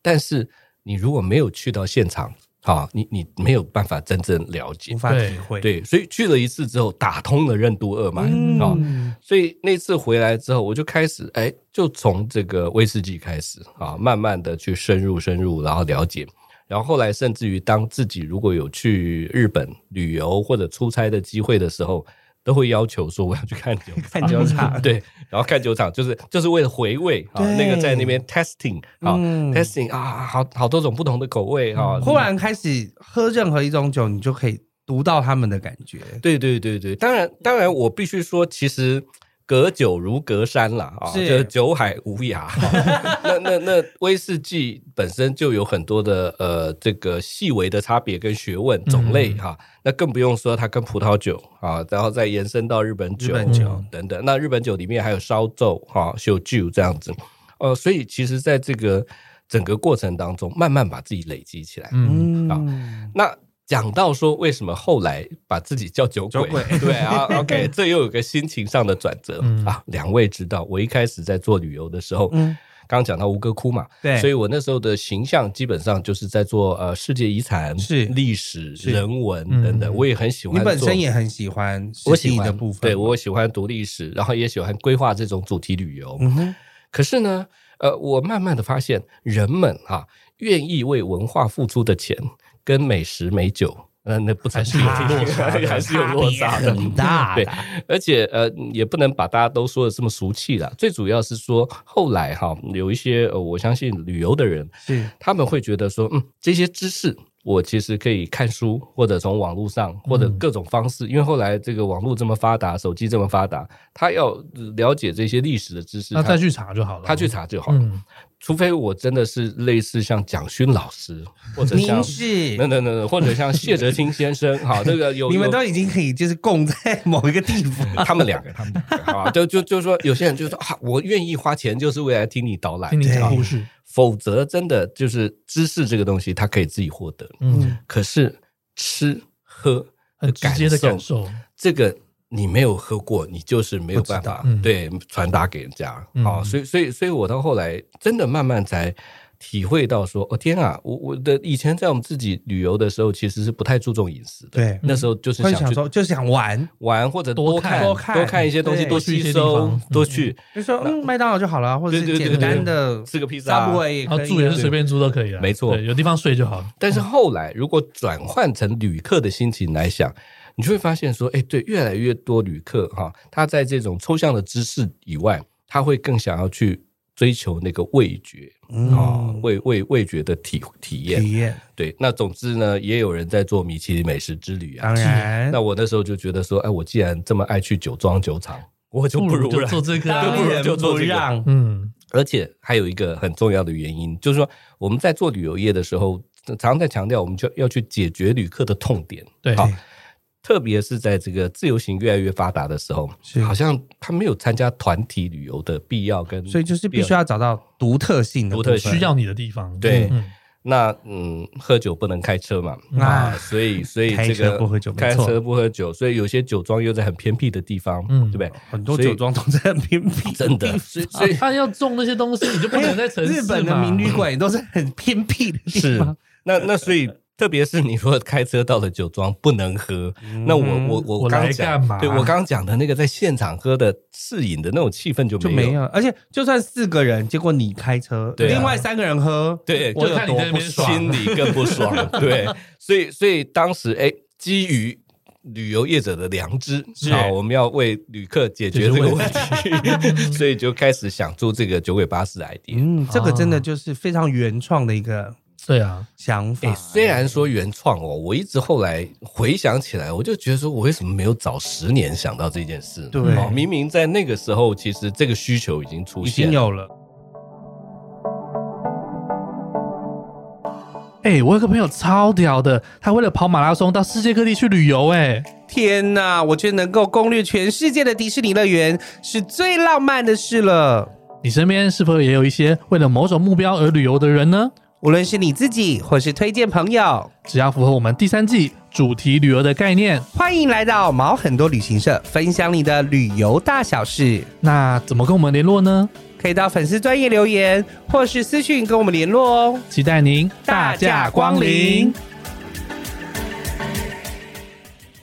但是你如果没有去到现场好，你你没有办法真正了解
无。法体会。，
对，所以去了一次之后，打通了任督二脉啊、
嗯，
好所以那次回来之后，我就开始哎，就从这个威士忌开始啊，慢慢的去深入深入，然后了解。然后后来，甚至于当自己如果有去日本旅游或者出差的机会的时候，都会要求说我要去看酒
看酒厂
对，然后看酒厂就是就是为了回味啊，
对
那个在那边 testing 啊、
嗯
testing 啊，好好多种不同的口味啊，
忽然开始喝任何一种酒，你就可以读到他们的感觉。
对对对对，当然当然，我必须说，其实隔酒如隔山啦啊，
是
就是酒海无涯。 啊那那那威士忌本身就有很多的呃这个细微的差别跟学问种类
嗯
哈、那更不用说它跟葡萄酒啊，然后再延伸到日本酒、
日本酒
嗯等等。那日本酒里面还有烧酒哈、烧酒这样子，呃，所以其实在这个整个过程当中，慢慢把自己累积起来。
嗯，
好
嗯，
那讲到说为什么后来把自己叫酒鬼，
酒鬼
对 啊，OK，这又有个心情上的转折、
嗯
啊。两位知道，我一开始在做旅游的时候，
嗯
嗯，刚刚讲到吴哥窟嘛，
对
所以我那时候的形象基本上就是在做呃世界遗产、
是
历史、
是
人文
嗯
等等，我也很喜欢
你
做。
本身也很喜欢实
我
地
喜欢
的部分，
对我喜欢读历史，然后也喜欢规划这种主题旅游。
嗯哼，
可是呢，呃，我慢慢的发现，人们哈、愿意为文化付出的钱，跟美食美酒，呃，那不
还是有落差的
还是有落差的，
很大
对，而且呃，也不能把大家都说的这么俗气了。最主要是说，后来哈、有一些、呃、我相信旅游的人，
是
他们会觉得说，嗯，这些知识。我其实可以看书，或者从网络上，或者各种方式，因为后来这个网络这么发达，手机这么发达，他要呃了解这些历史的知识，
那
他
再去查就好了。
他去查就好了。
嗯，
除非我真的是类似像蒋勋老师，或者像
您是
那那那那，或者像谢哲青先生， 好，这个有
你们
有
都已经可以就是供在某一个地方，
他们两个，他们两个，好吧， 就就就说有些人就说啊，我愿意花钱就是为了听你导览
听，你
对
讲故事，
否则真的就是知识这个东西，他可以自己获得，
嗯，
可是吃喝
很直接的感受，
这个你没有喝过，你就是没有办法、
不知道嗯
对传达给人家啊、
嗯
哦所以，所以，所以我到后来真的慢慢才体会到说，哦天啊，我我的以前在我们自己旅游的时候，其实是不太注重饮食的。，
对，
那时候就是
会
想
想
去
说就是想玩，
玩或者
多
看
看
多
多看
一些东西，
对
多
去一
吸
些
收
地方，
多去
就说嗯麦当劳就好了，或者
对
是
对对
简单的
吃个披萨。
Subway 也
然后
可以啊，
住也是随便住都可以了。
没错
对有地方睡就好了。
但是后来，如果转换成旅客的心情来想，你就会发现说，哎，对，越来越多旅客哈、他在这种抽象的知识以外，他会更想要去追求那个味觉啊、
嗯，
味味味觉的体体验。
体验
对，那总之呢，也有人在做米其林美食之旅
当。
啊
然
那我那时候就觉得说，哎，我既然这么爱去酒庄酒厂，我就不
如
如
就
来
做这个
那
啊，
不如就做这个
当然不让
嗯，
而且还有一个很重要的原因，就是说我们在做旅游业的时候，常常在强调我们就要去解决旅客的痛点，
对，
好特别是在这个自由行越来越发达的时候，
是
好像他没有参加团体旅游的必要跟，
所以就是必须要找到独特性的部分，
独特性
需要你的地方，
对
嗯
那嗯，喝酒不能开车嘛，
啊
啊，所以所以
开
这
车
个
不喝酒没
开
错
车不喝酒，所以有些酒庄又在很偏僻的地方，
嗯
对不对？
很多
所以
酒庄都在很偏僻，
真的，所以所以
啊他要种那些东西，你就不能在城市嘛
日本的名旅馆也都是很偏僻的地
是
方，
那那所以，特别是你如果开车到了酒庄不能喝，
嗯
那我我我
我
刚
来
讲
干嘛
对我刚刚讲的那个在现场喝的试饮的那种气氛就
就
没
没有。而且就算四个人，结果你开车，
对啊
另外三个人喝，
对，
我
就
看你在那边爽
心里更不爽。对，所以所以当时哎，基于。旅游业者的良知
是
啊，我们要为旅客解决这个问题，
嗯
所以就开始想出这个酒鬼巴士的 idea。
嗯，这个
哦
真的就是非常原创的一个
对啊，
想
哎、
法。
虽然说原创哦，我一直后来回想起来，我就觉得说，我为什么没有早十年想到这件事？
对
哦明明在那个时候，其实这个需求已经出
已
现
经
了。
有了，
哎，我有个朋友超屌的，他为了跑马拉松到世界各地去旅游，哎，
天哪！我觉得能够攻略全世界的迪士尼乐园是最浪漫的事了。
你身边是否也有一些为了某种目标而旅游的人呢？
无论是你自己或是推荐朋友，
只要符合我们第三季主题旅游的概念，
欢迎来到毛很多旅行社，分享你的旅游大小事。
那怎么跟我们联络呢？
可以到粉丝专业留言，或是私讯跟我们联络哦。
期待您
大驾光临。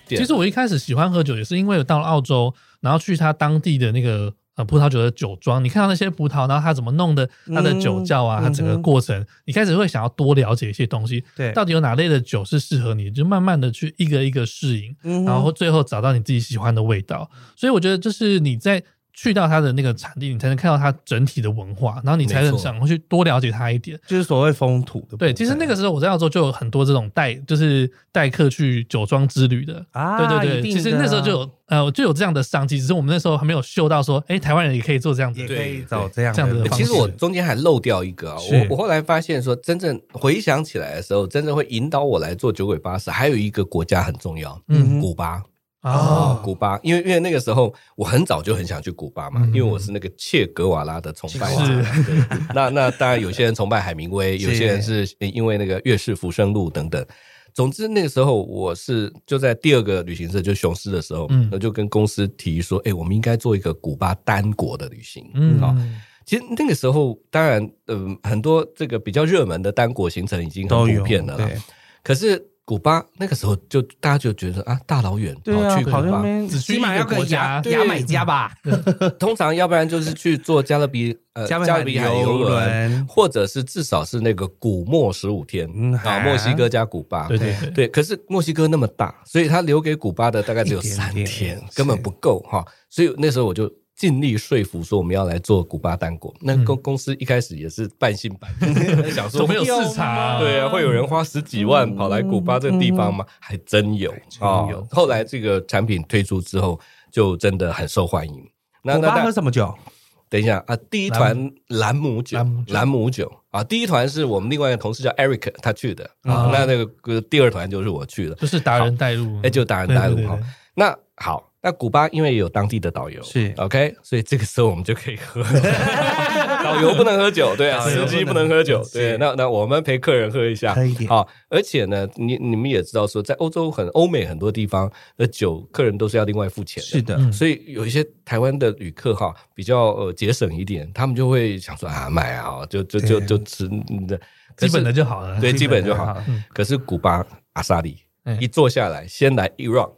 点。
其实我一开始喜欢喝酒，也是因为我到了澳洲，然后去他当地的那个呃葡萄酒的酒庄，你看到那些葡萄，然后他怎么弄的，他的酒窖啊，
嗯
他整个
嗯哼
过程，你开始会想要多了解一些东西，
对，
到底有哪类的酒是适合你，就慢慢的去一个一个适应，
嗯哼
然后最后找到你自己喜欢的味道。所以我觉得，就是你在去到它的那个产地，你才能看到它整体的文化，然后你才
没
能
错
想去多了解它一点。
就是所谓风土的部分。
对，其实那个时候我在澳洲就有很多这种带，就是带客去酒庄之旅的。
啊，
对对对，
一定
其实
的
那时候
啊
就有呃就有这样的商机，只是我们那时候还没有嗅到说，哎，台湾人也可以做这样
也
子。啊
可
对
以走这样
这样子的
路
欸
方
其实
式
我中间还漏掉一个啊，
是
我我后来发现说，真正回想起来的时候，真正会引导我来做酒鬼巴士，还有一个国家很重要，
嗯
古巴
啊，
古巴，因为因为那个时候我很早就很想去古巴嘛，
嗯
因为我是那个切格瓦拉的崇拜者
是。
对那那当然，有些人崇拜海明 威，
是
有些人是因为那个《月是浮生录》等等。总之那个时候，我是就在第二个旅行社，就雄狮的时候，
嗯
我就跟公司提议说，哎、我们应该做一个古巴单国的旅行。
嗯
好其实那个时候，当然，嗯、很多这个比较热门的单国行程已经
都
很
有
普遍了啦
对
可是古巴那个时候就大家就觉得啊，大老远
对
跑
啊
去，古
跑那
巴，
边
只去
起码
一个
要个
国家
牙
对
牙买加吧，
通常要不然就是去坐加勒比呃
加
勒
勒
比
比
海
海
游
游
轮，
轮，
或者是至少是那个古墨十五天
嗯
啊，
哈
墨西哥加古巴。
对对对，
对，可是墨西哥那么大，所以他留给古巴的大概只有
一点
三
点
天，
是
根本不够哈。所以那时候我就尽力说服说我们要来做古巴单国。
嗯
那公公司一开始也是半信半 疑，想说
总没 有市场
对啊，会有人花十几万跑来古巴这个地方吗？还真有啊、
有
后来这个产品推出之后，就真的很受欢迎。那
古
那
巴
那
喝什么酒？
等一下啊，第一团兰姆酒
兰姆，酒
兰姆酒啊，第一团是我们另外一个同事叫 Eric 他去的，
啊
那那个呃第二团就是我去的，
就是达人带路，
哎，就达人带路
对对对
哈
对。
那好，那古巴因为有当地的导游，
是
OK，所以这个时候我们就可以 喝。导游不能喝酒，对啊，
导游
司
不
机
能
不能喝酒，
是
对。那那我们陪客人喝一下
喝一，点
好。而且呢，你你们也知道说，在欧洲很欧美很多地方的酒，客人都是要另外付钱的，
是的，
嗯
所以有一些台湾的旅客哈，比较呃节省一点，他们就会想说啊买啊，就就就
对
就吃嗯的
基本的
就
就好了。
对基本就
基
好
本。
可是古巴阿萨里
嗯
一坐下来，先来一 round，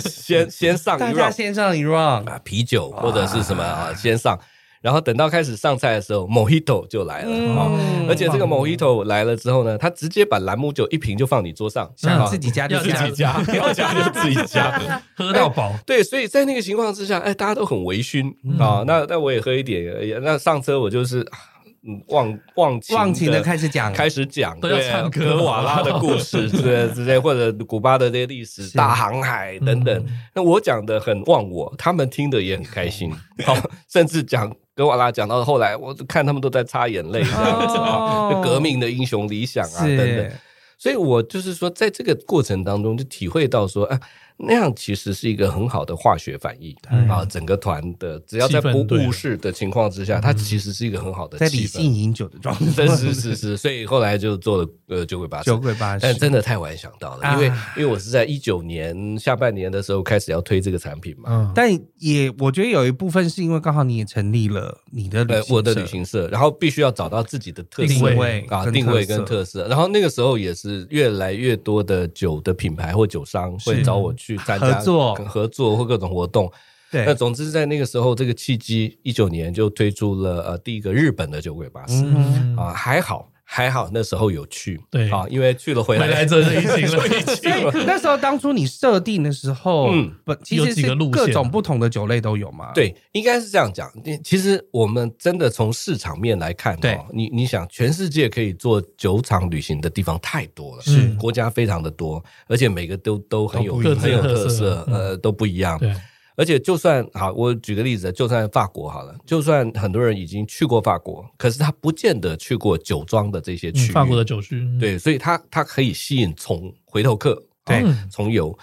先先上
大
一
家
round
先上一 round，
啊啤酒或者是什么啊先上，然后等到开始上菜的时候，Mojito 就来了啊。
嗯
而且这个 Mojito 来了之后呢，他直接把兰姆酒一瓶就放你桌上，
想
啊
自己加就
要
自
加
己加， 要加就自己加。
喝到饱，
对，所以在那个情况之下，哎，大家都很微醺
嗯
啊、那那我也喝一点，哎呀那上车我就是啊嗯忘忘情
忘情的开始讲，
开始讲，
都要
对
唱歌
格瓦拉的故 事之类之类，或者古巴的这些历史、
是嗯
大航海等等。那我讲的很忘我，他们听的也很开心，
嗯
好，甚至讲。格瓦拉讲到后来，我看他们都在擦眼泪这样子啊，
哦
革命的英雄理想啊等等
是。，
所以我就是说，在这个过程当中，就体会到说，啊，那样其实是一个很好的化学反应、啊，整个团的只要在
气
不
氛对了
误事的情况之下，它其实是一个很好的
在理
气
性
氛。
饮酒的状
真
态，
是是是，所以后来就做了呃酒鬼巴士
酒。鬼巴
但
士，
真的太晚想到了，
啊
因为因为我是在一九年下半年的时候开始要推这个产品嘛，
嗯，
但也我觉得有一部分是因为刚好你也成立了你的旅
呃，
行
我的
社
旅行社，然后必须要找到自己的特色
定
位
位
啊，定位跟
色
特色。然后那个时候也是越来越多的酒的品牌或酒商会
是
找我去参加
合作
合作或各种活动。那
对，嗯
总之在那个时候，这个契机，一九年就推出了呃第一个日本的酒鬼巴士、
嗯
啊，还好还好那时候有去，
对
啊，因为去了回来
回来这就疫 情了
就疫情
所以 那时候当初你设定的时候，
嗯
嗯，不，其
有
实
几个
是
路
各
线
种不同的酒类都有嘛。，
对，应该是这样讲。你其实我们真的从市场面来看、哦，
对
你你想，全世界可以做酒厂旅行的地方太多了，
是
国家非常的多，而且每个都都很
都
有
不一样
很有
各自
特
有特
色
色，嗯
呃，都不一样。
对，
而且就算好，我举个例子，就算法国好了，就算很多人已经去过法国，可是他不见得去过酒庄的这些
嗯
区域，
法国的酒区，
对，所以它它可以吸引从回头客，
嗯
对
啊从游。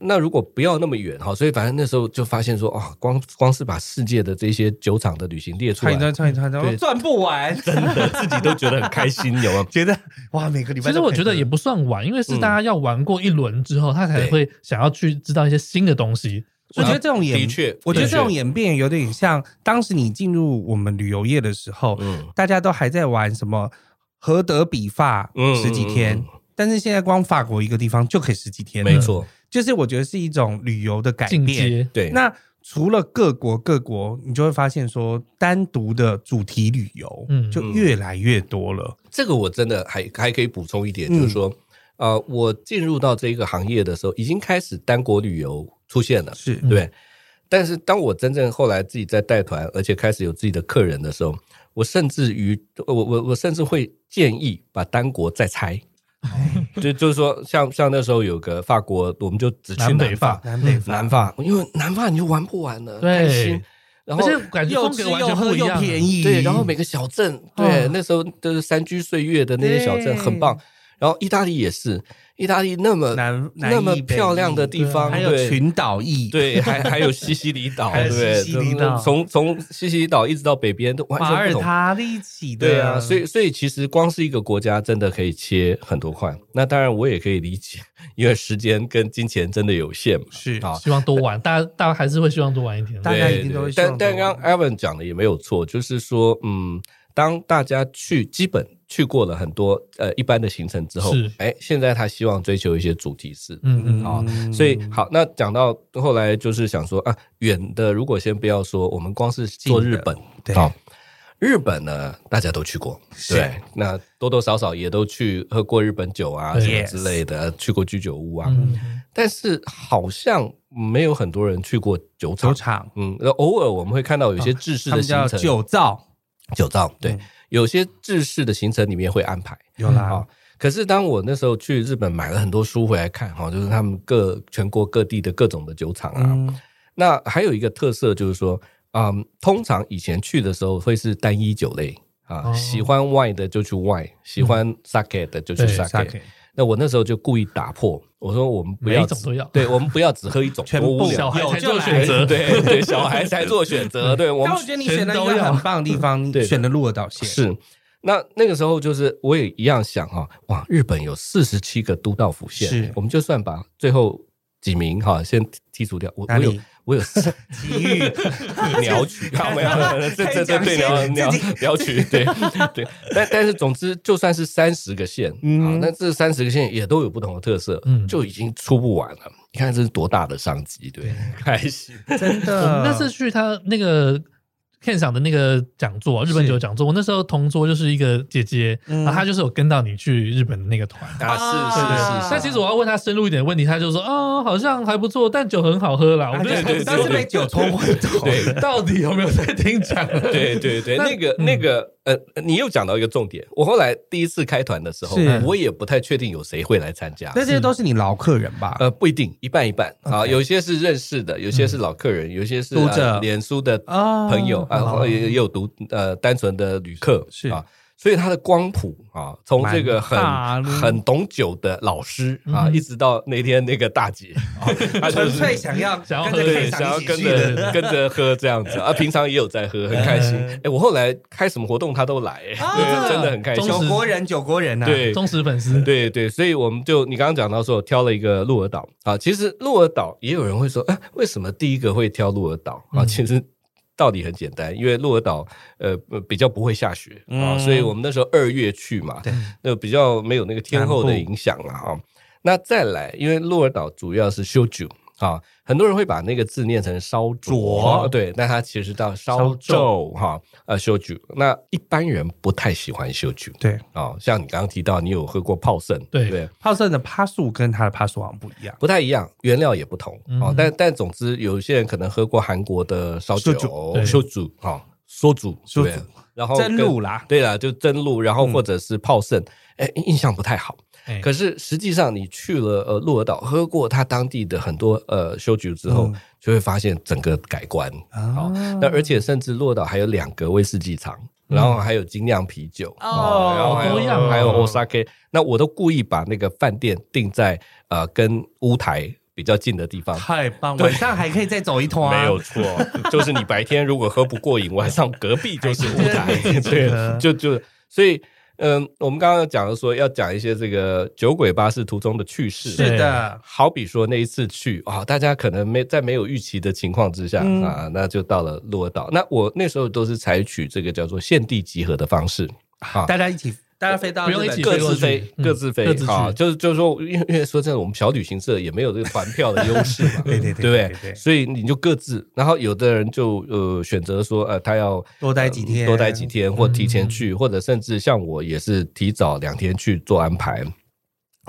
那如果不要那么远哈，所以反正那时候就发现说，哦，光光是把世界的这些酒厂的旅行列出
串
来
一，串，串一串，
对
串，赚不完，真的
自己都觉得很开心，有吗？
觉得哇，每个礼拜
其实
都
我
可以
觉得
喝
也不算晚，因为是大家要玩过一轮之后，他才
对
会想要去知道一些新的东西。
我觉得这种演，
的确
我觉得
的确
这种演变有点像当时你进入我们旅游业的时候，
嗯
大家都还在玩什么和德比法
嗯
十几天，
嗯嗯
但是现在光法国一个地方就可以十几天了，
没错，
就是我觉得是一种旅游的改
进
变。
阶，
对，
那除了各国各国，你就会发现说，单独的主题旅游，
嗯
嗯，就越来越多了。
这个我真的还还可以补充一点，
嗯
就是说，呃，我进入到这个行业的时候，已经开始单国旅游出现了，
是
嗯
对。但是当我真正后来自己在带团，而且开始有自己的客人的时候，我甚至于我我我甚至会建议把单国再拆， 就就是说，像像那时候有个法国，我们就只去
南北
法
法，
南北方，
南法，因为南法你就玩不完了，
对
开心。然
而
后
且感觉
又
风
吃
格完
又
全不
喝
一
又
样，
便宜，
啊对，然后每个小镇，对，
哦
那时候都是山居岁月的那些小镇
对
很棒。然后意大利也是，意大利那么
南南
那么
意北
漂亮的
意
地方，
还有
对
群岛意，，
对，还还有西西里岛，
还
对
有
不对，
西西里
就是
岛
从从西西里岛一直到北边都完
马
全
耳
不同。
他一起的，
对啊，所以所以其实光是一个国家真的可以切很多块。那当然我也可以理解，因为时间跟金钱真的有限嘛。
是
啊，
希望多玩，大家大家还是会希望多玩一点。
大家一定
对
都会
对
希望
但但
多
刚刚 Evan 讲的也没有错，就是说，嗯，当大家去基本去过了很多呃一般的行程之后
是，
哎，现在他希望追求一些主题式。
嗯嗯，
啊
哦
所以好，那讲到后来就是想说啊，远的如果先不要说，我们光是做
近的
日本，
对
好日本呢大家都去过，对，那多多少少也都去喝过日本酒啊什么
Yes
之类的，去过居酒屋啊，
嗯
但是好像没有很多人去过酒厂
酒。厂，啊
嗯，那偶尔我们会看到有些制式
他
的
们
行
叫
程，
酒造，
酒造对，
嗯
有些制式的行程里面会安排。
有啦，
可是当我那时候去日本买了很多书回来看，哈，就是他们各全国各地的各种的酒厂啊。
嗯，
那还有一个特色就是说，嗯，通常以前去的时候会是单一酒类啊，
哦嗯
喜欢 wine 的就去 wine，喜欢 sake 的就去
对
sake。那我那时候就故意打破，我说我们不
每
要
一种
只
都要
对我们不要只喝一种，
全
多无
部
聊
小孩
有
才
就
做
来
选择，
对对，小孩才做选择，对我
但
们
我觉得你
全
选了一
都
个
要
很棒的地方，你
对
选的路得到线，
是。那那个时候就是我也一样想哈、哇，日本有四十七个都道府县，
是
我们就算把最后几名哈、先剔除掉，我
哪
我有
里
我有四
奇遇，
鸟 取，啊没有没有，没有这这这对鸟鸟
自己
鸟取，对对，但但是总之就算是三十个县，啊
嗯，
那这三十个县也都有不同的特色，
嗯
就已经出不完了。你看这是多大的商机，对，开心，
真的，
我们那次去他那个片场的那个讲座，日本
是
酒讲座，我那时候同桌就是一个姐姐，
嗯
然后她就是有跟到你去日本的那个团。
啊，是是是
啊
是
但其实我要问她深入一点的问题，她就说：“哦，好像还不错，但酒很好喝啦。”我
啊
们就想
对对，当时被酒冲昏头，
对
到底有没有在听讲？
对对对，
那
那个
嗯
那个呃，你又讲到一个重点。我后来第一次开团的时候
是，
我也不太确定有谁会来参加。
那些都是你老客人吧？
呃，不一定，一半一半啊，有些是认识的，有些是老客人，有些是
嗯读
呃
者
脸书的
啊
朋友啊，
哦
或也也有读呃单纯的旅客
是
啊，所以他的光谱啊，从这个很
蛮大的
很懂酒的老师啊，
嗯
一直到那天那个大姐， 啊她就
哦纯
是
粹想要
想要
跟
喝
着
对
开
对，
场
想要
一起
跟
去的
着跟着喝这样子啊，平常也有在喝，很开心。
嗯
哎、我后来开什么活动他都来、对， 真的很开心。
忠
九
实
国人，九国人啊，
对
忠实粉丝，
对对，所以我们就你刚刚讲到说，我挑了一个鹿儿岛啊。其实鹿儿岛也有人会说，哎、为什么第一个会挑鹿儿岛啊？
嗯
其实道理很简单，因为鹿儿岛呃呃比较不会下雪啊，
嗯
所以我们那时候二月去嘛，
对，
那比较没有那个天候的
南部
影响了啊。那再来，因为鹿儿岛主要是修酒啊，很多人会把那个字念成烧灼，啊
灼
对，那它其实叫烧
烧
皱哈，呃，修酒。那一般人不太喜欢修酒
对。
啊，像你刚刚提到，你有喝过泡盛，
对
不对？
泡盛的趴数跟它的趴数好像不一样，
不太一样，原料也不同
嗯
哦。但但总之，有些人可能喝过韩国的烧酒
烧酒、
对
烧酒哦，烧酒，
烧酒嗯
对然后
真露
啦，
啦，
对啦，就真露，然后或者是泡盛，哎，印象不太好。
哎
可是实际上，你去了呃鹿儿岛，喝过它当地的很多呃修酒之后
嗯，啊
就会发现整个改观。
哦
好，那而且甚至鹿儿岛还有两个威士忌厂，然后还有精酿啤酒，
哦
啊然后还
好多样哦
有还有 Osaka。那我都故意把那个饭店定在呃跟乌台比较近的地方。
太棒，
对
晚上还可以再走一通啊，
没有错，就是你白天如果喝不过瘾，晚上隔壁就是舞台，
嗯
对，就就所以，嗯，我们刚刚讲了说要讲一些这个酒鬼巴士途中的趣事，
是的，
好比说那一次去啊、大家可能没在没有预期的情况之下、
嗯
啊，那就到了鹿儿岛。那我那时候都是采取这个叫做现地集合的方式啊，
大家一起，大家飞到
不用
日本
一起
各
飞过
自
去
飞，
嗯
各自
各
飞，
自去
好，就是就是说，因为因为说真的，我们小旅行社也没有这个团票的优势 嘛，
对对对
对不
对对
所以你就各自，然后有的人就呃选择说，呃，他要
多待几天嗯
呃多待几天，或提前去，或者甚至像我也是提早两天去做安排。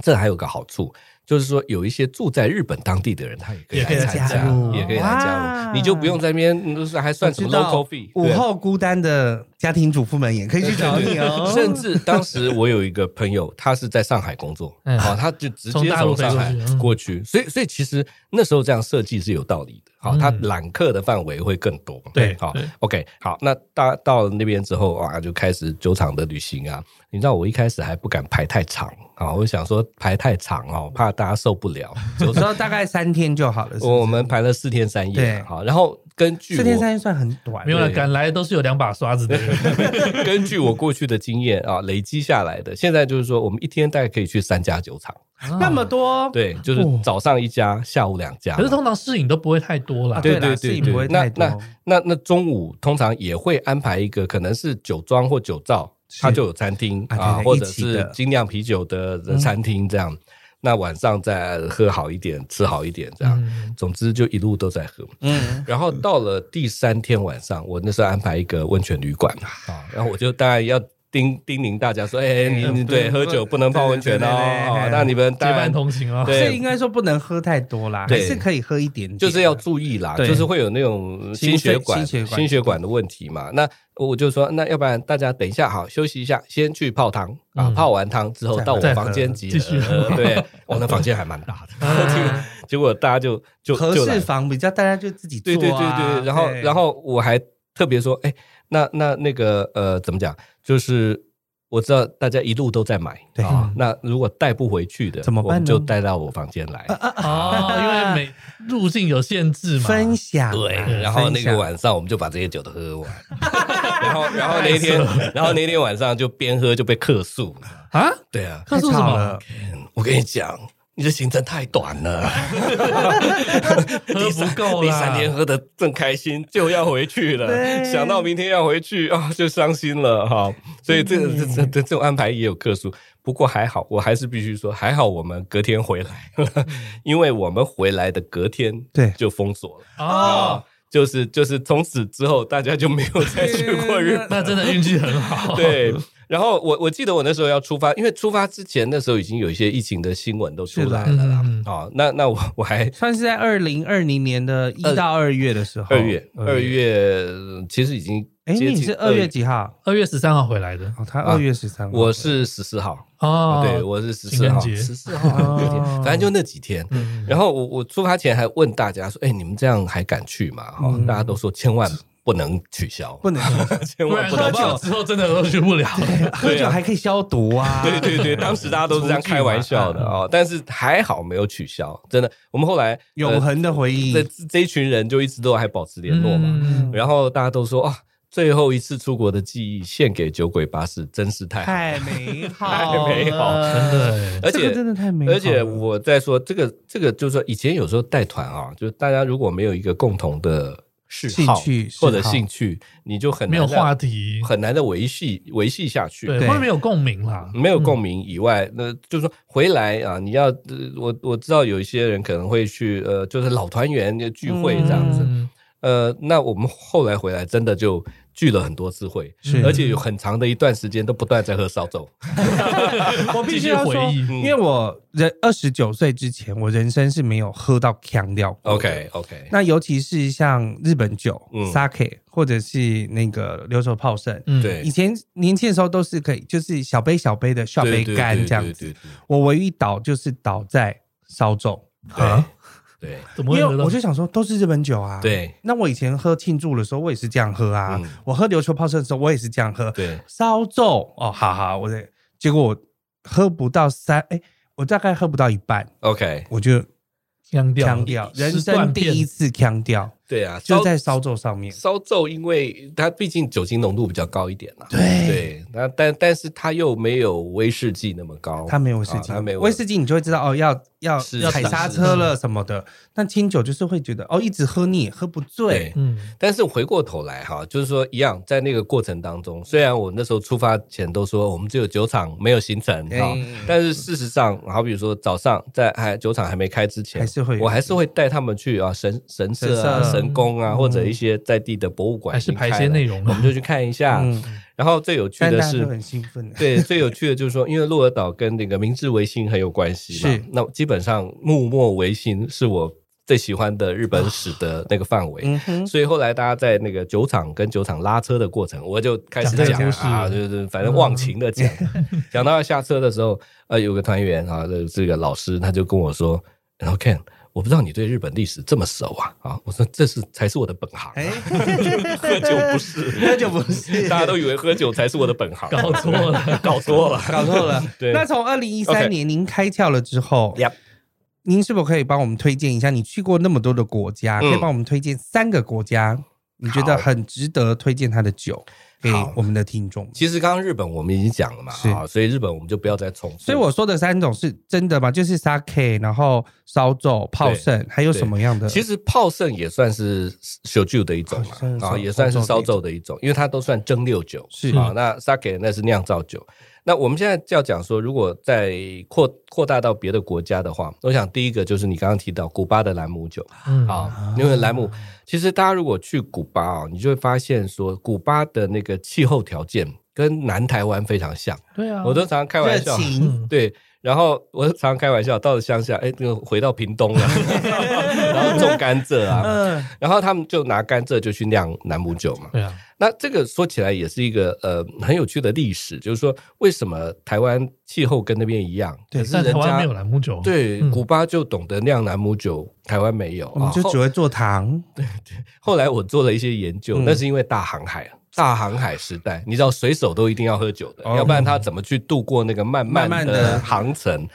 这还有个好处，就是说有一些住在日本当地的人，他也可以
也可以
来
来
参
加入
也可以来加
哇
入，你就不用在那边嗯就是还算什么
我知道
local fee，
午
对。
后孤单的家庭主妇们也可以去找你哦
甚至当时我有一个朋友，他是在上海工作，
嗯
好，他就直
从
接
大陆
从
飞
上海
过去嗯
过去，所以所以其实那时候这样设计是有道理的，好，
嗯
他揽客的范围会更多，
对
好
对
，OK，好，那大到了那边之后啊，就开始酒厂的旅行啊，你知道我一开始还不敢排太长啊，我想说排太长哦，怕大家受 不了，
有时候大概三天就好了。是不是
我们排了四天三夜
对
啊，好，然后根据
四天
我
三夜算很短，
没有了，
对
赶来都是有两把刷子的人，
根据我过去的经验啊，累积下来的，现在就是说我们一天大概可以去三家酒厂。
啊
那么多。
啊对，就是
哦
早上一家，下午两家。
可是通常摄影都不会太多啦。
啊
对
对
对
啦
对
摄影不
对，
会
那
太多
那那那中午通常也会安排一个，可能是酒庄或酒造，
是
它就有餐厅
啊
啊，
对对
或者
一起的
是精酿啤酒的的餐厅这样。那晚上再喝好一点，吃好一点这样。
嗯
总之就一路都在喝。
嗯，
然后到了第三天晚上，我那时候安排一个温泉旅馆啊，然后我就当然要叮叮咛大家说，哎，你 你对喝酒不能泡温泉哦，
对对对对
哦那你们
结
当然
伴同行啊，
对
是哦应该说不能喝太多啦，还
对
是可以喝一点点，
就是要注意啦，
对
就是会有那种心血管、
心血管
管的问题嘛。那我就说，那要不然大家等一下，好休息一下，先去泡汤啊，
嗯
泡完汤之后
再
到我
再
房间集合
继续。
对，我那房间还 蛮大的，结果
啊
结果大家就就
合
就来
适房比较，大家就自己做
对对对
啊
对，然后然后我还特别说，哎，那那那个呃，怎么讲？就是我知道大家一路都在买
对
啊，那如果带不回去的，
怎么办
我们
呢啊
就带到我房间来。
哦，因为每路径有限制嘛，
分享啊，
对，然后那
分享
个晚上我们就把这些酒都 喝完，然后然后那一天，然后那天晚上就边喝就被客诉了。
啊，
对啊，
克数
太
什
吵
么
了？
我跟你讲。你的行程太短 了，
喝不够
第
啦
三天喝的正开心，就要回去了。
对
想到明天要回去啊、就伤心了哈、所以这个
嗯
这这这种安排也有克数，不过还好，我还是必须说，还好我们隔天回来了， 因为我们回来的隔天
嗯对
就封锁了
哦，，
就是就是从此之后大家就没有再去过日本。
那真的运气很好。
对，然后我我记得我那时候要出发，因为出发之前那时候已经有一些疫情的新闻都出来
嗯，
了啦。
嗯嗯
哦，那那我我还
算是在二零二零年的一到二月的时候，
呃二月二，月其实已经
哎，
接
你
近啊
是二月？哦几号？
二月十三号回来的
哦，他二月十三，
我是十四号，
哦，
对，我是十四号，
情人节
十四号啊那天，反正就那几天。
嗯，
然后我我出发前还问大家说：“哎，你们这样还敢去吗？”哈、
嗯
大家都说千万不能取消，
不能
千
不
万
然
不能
喝
取消
酒之后真的都去不了。
喝酒还可以消毒啊，
对 对对，当时大家都是这样开玩笑的哦，但是还好没有取消，真的。我们后来
永恒的回忆
这，这一群人就一直都还保持联络嘛，
嗯
然后大家都说啊，最后一次出国的记忆献给酒鬼巴士，真是太好了
太美好，
太美好
了，
哦真的
而
这个
且
真的太美好了，
而且我在说这个这个，就是说以前有时候带团啊，就是大家如果没有一个共同的嗜好
兴趣
或者
嗜好
兴趣，你就很
没
难
有
让
话，题，
很难的维系维系下去。
对，
对
会没有共鸣啦。
没有共鸣以外，那就是说回来啊，你要、呃我我知道有一些人可能会去呃，就是老团圆的聚会这样子。
嗯
呃，那我们后来回来真的就聚了很多次会，
是
而且有很长的一段时间都不断在喝烧酒。
我必须要
继续
说
回忆，
因为我人二十九岁之前，我人生是没有喝到强掉过的。
OK OK，
那尤其是像日本酒、
嗯
sake 或者是那个琉球泡盛，
嗯，
对
以前年轻的时候都是可以，就是小杯小杯的小杯
对
干这样
对
子
对。
我唯一倒就是倒在烧酒，
啊，
对对
怎
因
么会
为
喝到
我就想说都是日本酒啊。
对。对
那我以前喝庆祝的时候，我也是这样喝啊。
嗯
我喝琉球泡盛的时候，我也是这样喝。
对，
烧酒哦，好好，我的结果我喝不到三，哎，我大概喝不到一半，
OK，
我就
腔调
腔掉，人
时段
生第一
变
次腔掉，
对啊，
就在烧皱上面。
烧皱，因为它毕竟酒精浓度比较高一点啦。
对
对，那但但是它又没有威士忌那么高，
它没有威士
啊
忌，
它没有
威士忌，你就会知道哦，要要
是
踩
是
刹
是
车了什么的。但清酒就是会觉得哦，一直喝你也喝不醉
对，
嗯，
但是回过头来哈，就是说一样，在那个过程当中，虽然我那时候出发前都说哦我们只有酒厂没有行程哈，
哎
但是事实上，好比如说早上在还酒厂还没开之前，
还是会有
我还是会带他们去啊神神社啊、
神社
神宫啊，
嗯
或者一些在地的博物馆
还
已
是
经开
排
了，
些内容啊
我
嘛
们。就去看一下。
嗯，
然后最有趣
但
的
大家
是
都，很兴奋。
对，最有趣的就是说，因为鹿儿岛跟那个明治维新很有关系嘛，
是
那基本上幕末维新是我最喜欢的日本史的那个范围。
嗯哼，
所以后来大家在那个酒厂跟酒厂拉车的过程，我就开始
讲这
讲
个
啊，
故
就
事
是反正忘情的讲， 讲到要下车的时候，呃，有个团员啊，这这个老师他就跟我说，然后 Ken，我不知道你对日本历史这么熟啊，啊，我说这是才是我的本行啊、
哎，
喝酒不是，
喝酒不是
大家 都以为喝酒才是我的本行，
搞错了，
搞错了，
搞错了。
对
那从二零一
OK
三年您开窍了之后
Yep
您是否可以帮我们推荐一下？你去过那么多的国家，
嗯
可以帮我们推荐三个国家，你觉得
好
很值得推荐它的酒给
好
我们的听众？
其实刚刚日本我们已经讲了嘛，
是
啊，所以日本我们就不要再重复。
所以我说的三种是真的吗？就是 sake，然后烧酒、泡盛，还有什么样的？
其
实
实泡盛也算是小酒的一种
好像
嘛，
是
啊，也算是烧
烧
酒
酒
的一种，因为它都算蒸馏酒。
是
啊，那 sake 那是酿造酒。那我们现在就要讲说，如果在扩扩大到别的国家的话，我想第一个就是你刚刚提到古巴的兰姆酒
嗯，
啊，因为兰姆其实大家如果去古巴啊，你就会发现说，古巴的那个气候条件跟南台湾非常像。
对啊，
我都常常开
热
玩笑，
情，
对，然后我常常开玩笑，到了乡下，哎，那个回到屏东了， 然后种甘蔗啊，
嗯，
然后他们就拿甘蔗就去酿南姆酒嘛。
对啊，
那这个说起来也是一个呃很有趣的历史，就是说为什么台湾气候跟那边一样，
对
可是
但台
人
湾没有
家。
栏目酒，
对，
嗯
古巴就懂得酿南姆酒，台湾没有。
我们
啊
就
后
只会做糖，
后来我做了一些研究，
嗯
那是因为大航海，啊大航海时代，你知道水手都一定要喝酒的，
哦
要不然他怎么去度过那个漫
慢慢
的
的
航程？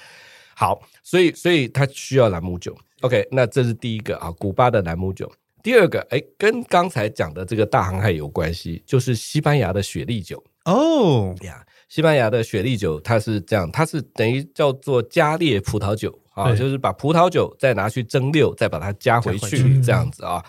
好，所以所以他需要兰姆酒。OK，那这是第一个啊，古巴的兰姆酒。第二个，哎，跟刚才讲的这个大航海有关系，就是西班牙的雪莉酒
哦，
呀。西班牙的雪莉酒，它是这样，它是等于叫做加烈葡萄酒啊，
对
就是把葡萄酒再拿去蒸馏，再把它加回
再回
去
去
这样子啊。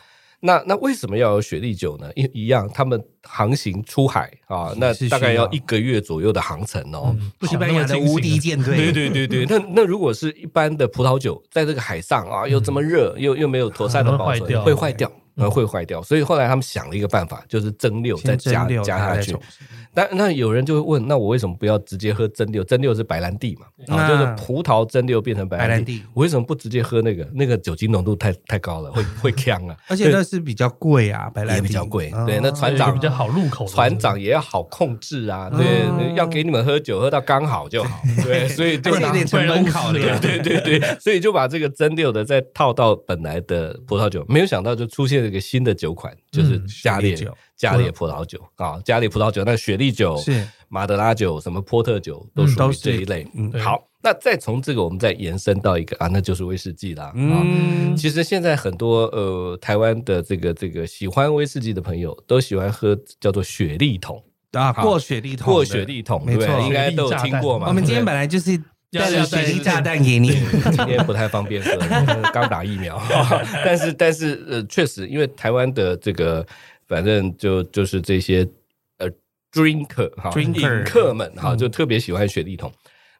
那那为什么要有雪莉酒呢？一一样，他们航行出海啊，那
也是需
大概要
要
一个月左右的航程哦。
嗯不
西
想
班牙
那
的
么清醒
无敌
了
舰队，
对对 对对，那那如果是一般的葡萄酒，在这个海上啊，又
嗯
这么热，又又没有妥善的
可能会坏
保存，
掉
会坏掉，呃会坏掉。所以后来他们想了一个办法，就是蒸馏
先
再
蒸
加
馏
加
它
下
再
去
重。
但那有人就会问，那我为什么不要直接喝蒸馏？蒸馏是白兰地嘛，
那
啊，就是葡萄蒸馏变成白
白
兰
兰
地
地。
我为什么不直接喝那个？那个酒精浓度太太高了，会会呛啊，
而且那是比较贵啊，白兰
也
地
比较贵
哦。
对，那
还有一个
船长
比较好入口的，
船长也要好控制啊，对，
哦
要给你们喝酒喝到刚好 就好，对，所以就
而且有点成本啊考量，
对对对对，所以就把这个蒸馏的再套到本来的葡萄酒，没有想到就出现了一个新的酒款，就是加烈
嗯雪莉酒
加烈葡萄酒啊，加烈葡萄酒，那雪莉酒
是
马德拉酒、什么波特酒都
嗯
属
都
于
是
这一类。
嗯
对
好，那再从这个我们再延伸到一个啊，那就是威士忌啦，啊。
嗯，
其实现在很多呃台湾的这个这个喜欢威士忌的朋友都喜欢喝叫做雪莉桶，
啊，
好
过雪莉桶的，
过雪莉桶，
没
对不对
错
应该都有听过嘛。
我们今天
对
本来就是
要
带了
要
雪
带
莉炸弹给你，
今天不太方便喝，刚打疫苗。 但是但是呃，确实，因为台湾的这个，反正就就是这些呃 drinker 哈
Drinker 嗯
饮客们哈，就特别喜欢雪莉桶，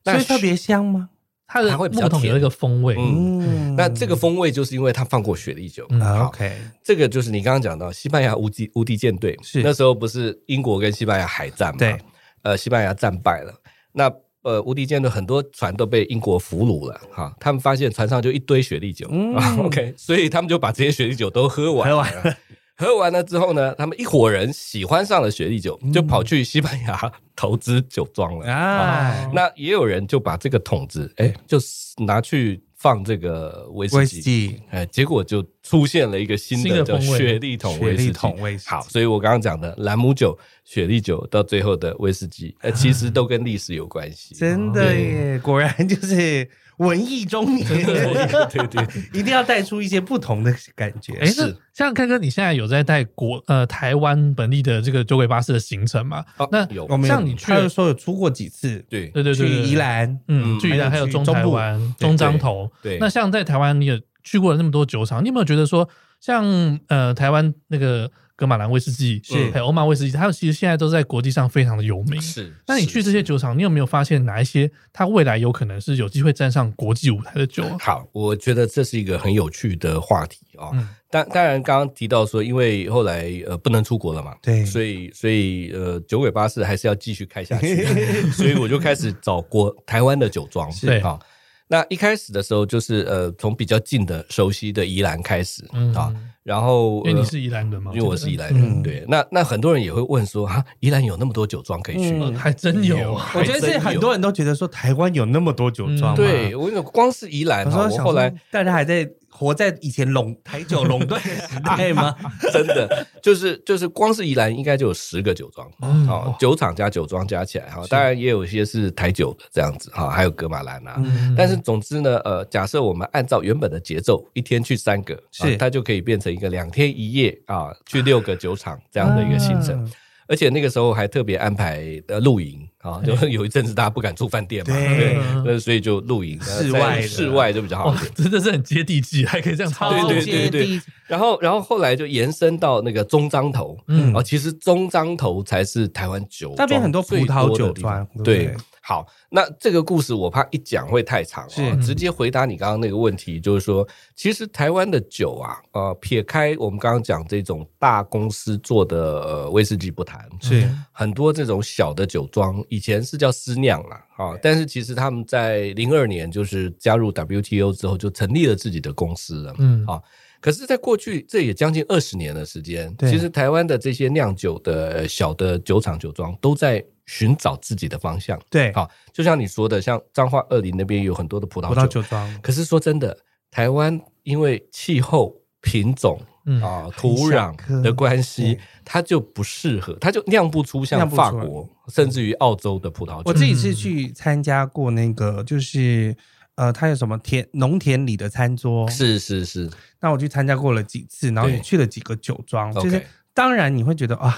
所
那
以特别香吗？
它的
它会比较
木桶有一个风味，
嗯
嗯，
那这个风味就是因为它放过雪莉酒。
嗯
啊
好
OK
这个就是你刚刚讲到西班牙无敌无敌舰队，
是
那时候不是英国跟西班牙海战嘛？
对，
呃，西班牙战败了，那呃无敌舰队很多船都被英国俘虏了哈，他们发现船上就一堆雪莉酒、
嗯
啊，OK，所以他们就把这些雪莉酒都喝完了，
喝完
了。喝完了之后呢，他们一伙人喜欢上了雪莉酒，就跑去西班牙投资酒庄了。
嗯啊，
那也有人就把这个桶子，哎，就拿去放这个威士忌，
威士忌
哎，结果就出现了一个新
新的
的叫
风味
雪莉桶
雪
威士
莉
忌。
桶威士忌
好，所以我刚刚讲的兰姆酒、雪莉酒到最后的威士忌，呃，其
啊
实都跟历史有关 系。
真的耶，果然就是文艺中年，
对对对对，
一定要带出一些不同的感觉。
哎，那
是
像开哥，你现在有在带国呃台湾本地的这个酒鬼巴士的行程吗？
哦
那
有
我们有
像你去
他就说有出过几次，
对
对对对，
去
对
宜，兰，
嗯，
嗯
去宜兰还
还有
有
去
中
中
台
部
湾、
对
中彰投。
对，
那像在台湾，你也去过了那么多酒厂，你有没有觉得说，像呃台湾那个格马兰威士忌，
是
还有欧玛威士忌，它其实现在都在国际上非常的有名。
是。
那你去
是
这些酒厂，你有没有发现哪一些它未来有可能是有机会站上国际舞台的酒啊？
好，我觉得这是一个很有趣的话题哦。
嗯
当当然，刚刚提到说，因为后来呃不能出国了嘛，
嗯
对
所以所以呃酒鬼巴士还是要继续开下 去，所以我就开始找国台湾的酒庄
是
啊、那一开始的时候就是呃从比较近的熟悉的宜兰开始啊、
嗯，
然后
因为你
呃
是宜兰人嘛，
因为我是宜
兰，
兰人，
嗯
对，那那很多人也会问说啊，宜兰有那么多酒庄可以去，
嗯
哦还真有啊。
我觉得是很多人都觉得说台湾有那么多酒
嗯
庄嘛，
对我跟你讲光是宜兰
我
哈，
说
我
想
后来
说大家还在活在以前垄台酒垄断的时代吗？
真的就是就是光是宜兰应该就有十个酒庄，
嗯
好、酒厂加酒庄加起来哈、
是
当然也有一些是台酒的这样子哈、还有格马兰啊。
嗯
但是总之呢，呃，假设我们按照原本的节奏，一天去三个，啊
是
它就可以变成一个两天一夜啊，去六个酒厂这样的一个行程。
啊
而且那个时候还特别安排呃露营啊， 就有一阵子大家不敢住饭店 嘛，
对嗯
对，那所以就露营，
室外的
在
哦
室外就比较好一
哇
点。，
真的是很接地气，还可以这样操
对
作
对
接
对
地
对，然后然后后来就延伸到那个中彰头，
嗯
嗯，哦，其实中彰头才是台湾酒
那边
庄
很多葡
最
萄
的
酒
地方
庄对不
对
对。
好，那这个故事我怕一讲会太长、
是嗯
哦，直接回答你刚刚那个问题，就是说，其实台湾的酒啊，呃，撇开我们刚刚讲这种大公司做的呃威士忌不谈，
是
很多这种小的酒庄，以前是叫私酿啦，啊，但是其实他们在零二年就是加入 WTO 之后，就成立了自己的公司了。
嗯
啊可是，在过去这也将近二十年的时间，
对
其实台湾的这些酿酒的呃小的酒厂酒庄都在寻找自己的方向。
对，
好，就像你说的，像彰化二林那边有很多的葡萄
葡
酒，
萄酒庄
可是说真的，台湾因为气候、品种
嗯
啊、土壤的关系
对，
它就不适合，它就酿不出
酿
像
不出来
法国甚至于澳洲的葡萄
我
酒。
自己是去参加过那个，就是呃，它有什么田农田里的餐桌，
是是是，
那我去参加过了几次，然后
对
也去了几个酒庄，就
OK
是当然你会觉得啊，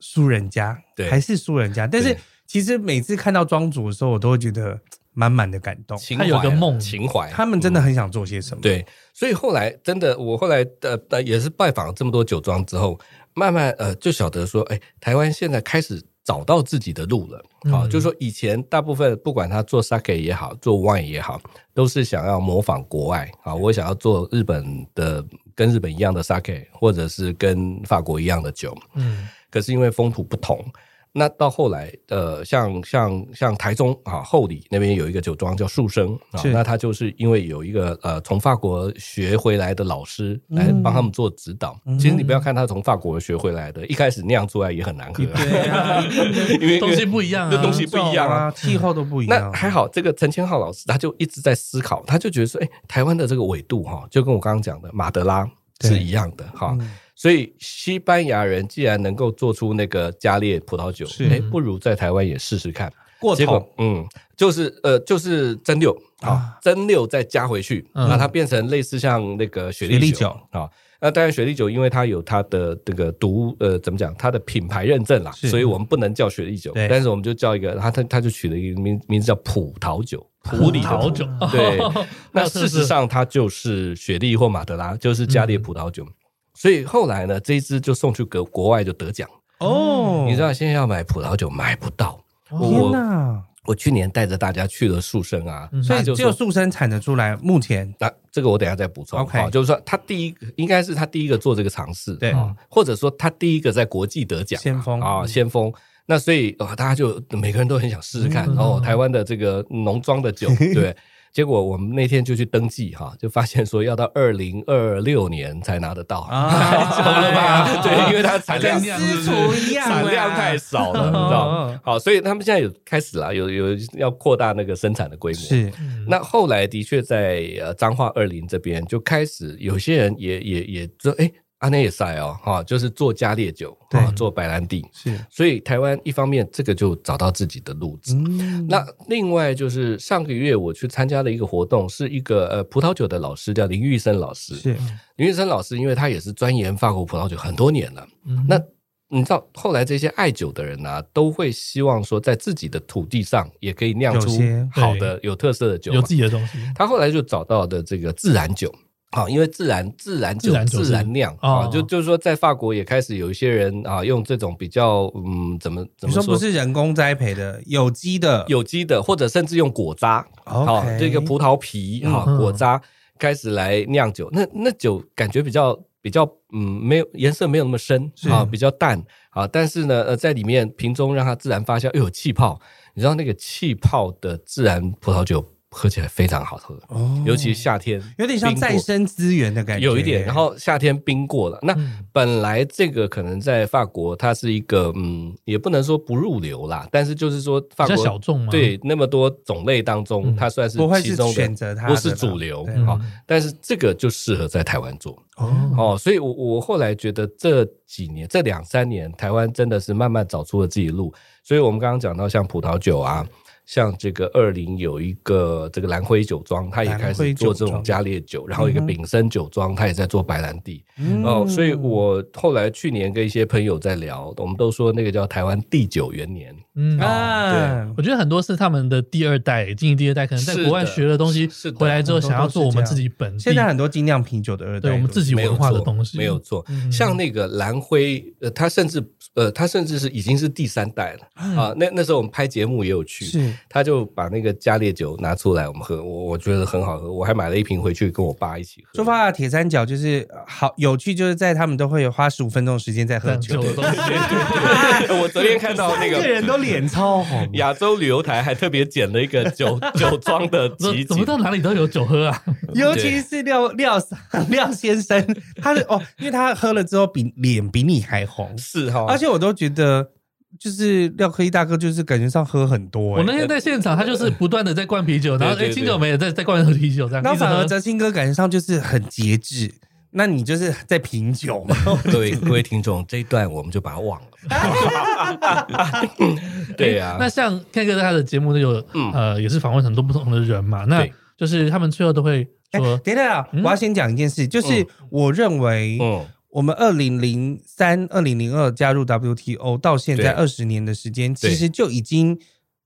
输人家，
对
还是输人家，但是
对
其实每次看到庄主的时候，我都会觉得满满的感动，
情
它
怀啊
有个梦
情怀，啊
他们真的很想做些什么，
对，所以后来真的，我后来呃呃也是拜访这么多酒庄之后，慢慢呃就晓得说，哎，台湾现在开始找到自己的路了。好、
嗯
就是说以前大部分不管他做 sake 也好，做 wine 也好，都是想要模仿国外啊，我想要做日本的跟日本一样的 sake，或者是跟法国一样的酒。
嗯
可是因为风土不同，那到后来，呃，像像像台中啊后里那边有一个酒庄叫树生啊，
是
那他就是因为有一个呃从法国学回来的老师来
嗯
帮他们做指导。其实你不要看他从法国学回来的，一开始酿出来也很难喝，
对啊，
因为
东西不一样啊
这东西不一样啊。
啊，气候都不一
那
样，
还好，这个陈千浩老师他就一直在思考，他就觉得说，哎、台湾的这个纬度哈，就跟我刚刚讲的马德拉
对
是一样的哈。
嗯
所以西班牙人既然能够做出那个加烈葡萄酒，
是
哎、不如在台湾也试试看。
过
结
桶
果，嗯，就是呃，就是蒸馏啊
啊，
蒸馏再加回去，
嗯
那它变成类似像那个雪
雪莉
莉
酒
酒啊。那当然，雪莉酒因为它有它的这个独呃怎么讲，它的品牌认证啦，
是
所以我们不能叫雪莉酒，
对
但是我们就叫一个，它它它就取了一个名名字叫葡萄酒，
葡
普里的葡
萄酒，
对
还
那
有特
事实
色
上，它就是雪莉或马德拉，就是加烈葡萄酒。所以后来呢，这一支就送去国国外就得奖。
哦，
你知道现在要买葡萄酒买不到，
天
我
哪！
我去年带着大家去了树生啊，
嗯
所以
他就
只有
说。
速生产得出来，目前
那、这个我等一下再补充。
OK
好就是说他第一个应该是他第一个做这个尝试，
对
啊或者说他第一个在国际得奖啊
先锋嗯
啊，先锋。那哦所以啊、呃大家就每个人都很想试试看、
嗯
哦，台湾的这个农庄的酒，对。结果我们那天就去登记哈，就发现说要到二零二六年才拿得到， 太久了吧？ 对，因为它产量
啊跟私厨嗯一样
产量太 少了，你知道吗？好，所以他们现在有开始啦，有有要扩大那个生产的规模。
嗯是
那后来的确在呃彰化二林这边就开始有些人也也也说，哎，阿内也塞哦，哈、就是做加烈酒，
对
啊，做白兰地。
是，
所以台湾一方面这个就找到自己的路子，
嗯
那另外就是上个月我去参加了一个活动，是一个呃葡萄酒的老师叫林玉生老师。
是
林玉生老师，因为他也是钻研法国葡萄酒很多年了。
嗯
那你知道后来这些爱酒的人啊，都会希望说在自己的土地上也可以酿出
有些
好的有特色的酒嘛。
有自己的东西，
他后来就找到的这个自然酒。啊，因为自然自然酒
自然酒是
自然酿
哦
啊，就就是说，在法国也开始有一些人啊，用这种比较嗯，怎么怎
你
么
说不是人工栽培的，有机的，
有机的，或者甚至用果渣，好
OK
这个葡萄皮啊、
嗯
果渣开始来酿酒，那那酒感觉比较比较嗯，没有颜色没有那么深
是
啊，比较淡啊，但是呢，呃，在里面瓶中让它自然发酵，又有气泡，你知道那个气泡的自然葡萄酒喝起来非常好喝，
哦
尤其夏天
有点像
冰过
再生资源的感觉，
有一点，然后夏天冰过了。那
嗯
本来这个可能在法国，它是一个嗯，也不能说不入流啦，但是就是说法
比较
国
小众嘛，
对那么多种类当中，
嗯
它算是
不会
其
是
中的
选择它的
不
啦，
是主流
对
嗯，
好，但是这个就适合在台湾做
哦，
哦，所以我我后来觉得这几年这两三年，台湾真的是慢慢找出了自己的路。所以我们刚刚讲到像葡萄酒啊，像这个二零有一个这个兰辉酒庄，它也开
兰
始
辉
做
酒
这种
庄
加烈酒，然后一个
嗯哼
丙申酒庄，它也在做白兰地
嗯
哦。所以我后来去年跟一些朋友在聊，我们都说那个叫台湾第九元年，
嗯，
啊，
我觉得很多是他们的第二代，经营第二代，可能在国外
是的
学的东西
是的，
回来之后
很多
想要
都是
做我们
这样
自己本地，
现在很多精酿啤酒的二代都
对
是，
我们自己
没有
文化的
错
东西，
没有错。
嗯
像那个蓝灰，呃，他甚至呃，他甚至是已经是第三代了
哎
啊。那那时候我们拍节目也有去，
是
他就把那个加烈酒拿出来我们喝，我我觉得很好喝，我还买了一瓶回去跟我爸一起喝
出。发的铁三角就是呃好有趣，就是在他们都会有花十五分钟的时间在喝
很
酒
久，的东西，
我昨天看到那
这
个
人都脸超 红，
亚洲旅游台还特别剪了一个 酒酒庄的
怎
集
怎么
锦。
到哪里都有酒喝啊？
尤其是廖廖廖先生，他的哦，因为他喝了之后比脸比你还红，
是哈，
啊
而且我都觉得就是廖科一大哥就是感觉上喝很多、
我
欸，
那天在现场，他就是不断的在灌啤酒，然后
对
哎，
对
清酒没有，在在灌啤酒这样，
然后反而
一直喝哎
哲青哥感觉上就是很节制，那你就是在品酒嘛，
各位各位听众，这一段我们就把它忘了。 对啊，
那像 Ken 哥在他的节目都有
嗯
呃，也是访问很多不同的人嘛，那
对
就是他们最后都会
哎
说，
等等啊，我要先讲一件事，就是我认为，
嗯，
我们二零零三、二零零二加入 WTO 到现在
对
二十年的时间，
对
其实就已经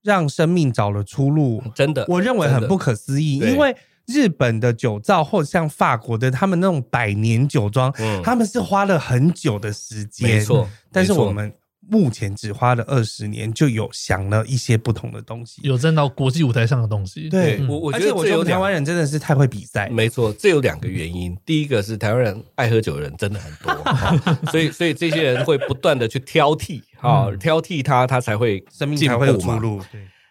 让生命找了出路。
真的，
我认为很
呃真的
不可思议，
对
因为日本的酒造或像法国的他们那种百年酒庄，
嗯
他们是花了很久的时间，
没错，
但是
没错
我们目前只花了二十年，就有想了一些不同的东西。
有站到国际舞台上的东西，嗯
对嗯
我我觉
而
得
且我觉得
这有
我们台
两
湾人真的是太会比赛，
没错，这有两个原因。第一个是台湾人爱喝酒的人真的很多，哈所以所以这些人会不断的去挑剔啊、挑剔他，他才会
嗯生命
进
才会有
步
出
嘛。
路。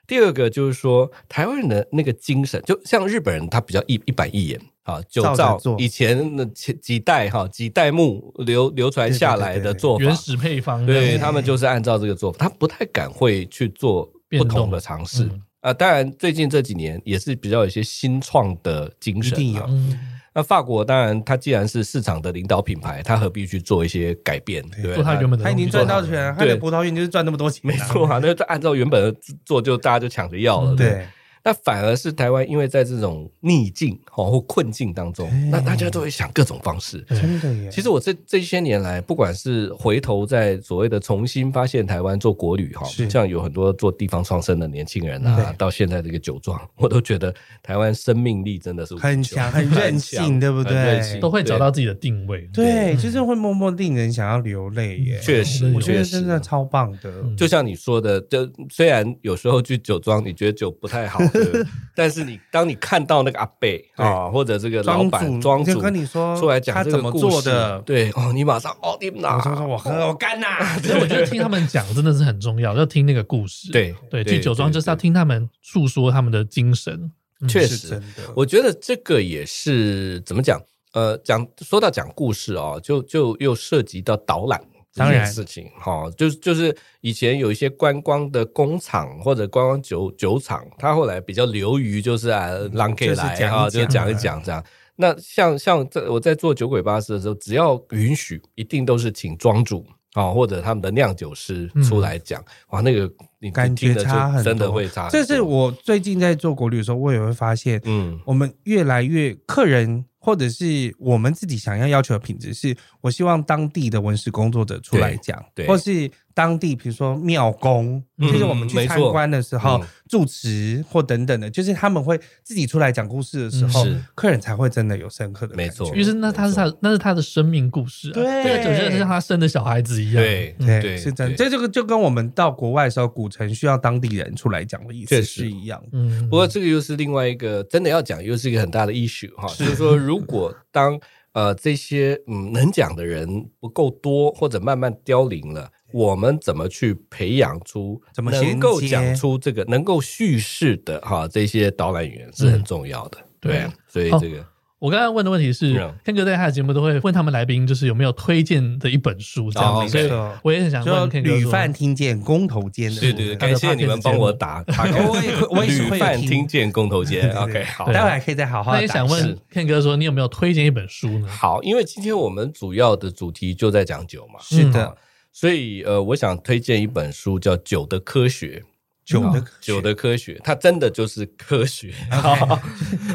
第二个就是说，台湾人的那个精神，就像日本人，他比较一一板一眼啊，酒
照着
造
做
以前那前几代哈几代目流流传下来
对对对对
的
对
做法，
原始配方，
嗯
对他们就是按照这个做法，他不太敢会去做不同的尝试
变动嗯
啊。当然，最近这几年也是比较有一些新创的精神啊，
一定有
嗯，
那法国当然，它既然是市场的领导品牌，它何必去做一些改变？对不对，
做他原本的
他已经
东
赚
西
到钱了，他的
对
葡萄园就是赚那么多钱啊，
没错啊，那就按照原本的做，就大家就抢着要了。
嗯
对，
对，
那反而是台湾，因为在这种逆境哦或困境当中，
哎
那大家都会想各种方式。
对
真的耶。
其实我这这些年来，不管是回头在所谓的重新发现台湾做国旅哈，
是
像有很多做地方创生的年轻人啊，
对
到现在这个酒庄，我都觉得台湾生命力真的是无
很
穷
强很任性
强
对不对
很任性
都会找
对
到自己的定位，
对，就是会默默令人想要流泪耶。
嗯确实，
我觉
确
得
实
真的超棒的。
嗯
就像你说的，就虽然有时候去酒庄，你觉得酒不太好喝，但是你当你看到那个阿贝啊，或者这个老
庄
板
主
庄
就
主
跟你说
出来讲
他
这个
怎么
故
做
事
的
对哦，你马上哦，你们哪？
我说说我喝我干呐，
所以我觉得听他们讲真的是 很重要，要听那个故事。
对
对，
对
去酒庄就是要听他们诉说他们的精神。
确
是
实
真，的。
我觉得这个也是怎么讲？呃，讲说到讲故事哦，就就又涉及到导览这
当
件
然
事情哈、哦，就是就是以前有一些观光的工厂或者观光酒酒厂，它后来比较流于就是啊，让
嗯
给
就是
来
讲一
啊，就
讲
讲一
啊
讲这样。那像像在我在做酒鬼巴士的时候，只要允许，一定都是请庄主啊、哦或者他们的酿酒师出来讲。哇，那个你
嗯感觉
听了就
差很
真的
多
会差很多。
这是我最近在做国旅的时候，我也会发现，
嗯
我们越来越客人或者是我们自己想要要求的品质是，我希望当地的文史工作者出来讲，
对对
或是当地比如说庙公，
嗯
就是我们去参观的时候
没错嗯，
住持或等等的，就是他们会自己出来讲故事的时候，
嗯是
客人才会真的有深刻的感觉
没错
于是那他是他那是他的生命故事、啊，
对
这个酒像像他生的小孩子一样，
对
嗯
对，
对
是真的。
对
这这个就跟我们到国外的时候，古城需要当地人出来讲的意
确
思
实
是一样的。
嗯，
不过这个又是另外一个，真的要讲又是一个很大的 issue 哈，就是说如果当呃这些嗯能讲的人不够多，或者慢慢凋零了。我们怎么去培养出
怎么衔
能够
接
讲出这个能够叙事的哈这些导览员是很重要的，对啊
嗯，
所以
好
这个
我刚才问的问题是
嗯，
Ken 哥在他的节目都会问他们来宾，就是有没有推荐的一本书这
哦
样
，OK
子，所以我也很想
就
问 Ken 哥
屡
说
犯听见公头尖的部
对
分，
对对，
他的
感谢你们
podcast
帮我打 打开，
我也会我也是
屡
会有
犯
听
听见公头
对
尖
对
，OK，
对
好，
待会还可以再好好地
那也想
打
问
赏
Ken 哥说，你有没有推荐一本书呢？
好，因为今天我们主要的主题就在讲酒嘛，
是的，
所以呃，我想推荐一本书叫《酒的科学》。
酒的科学
酒的科学，它真的就是科学，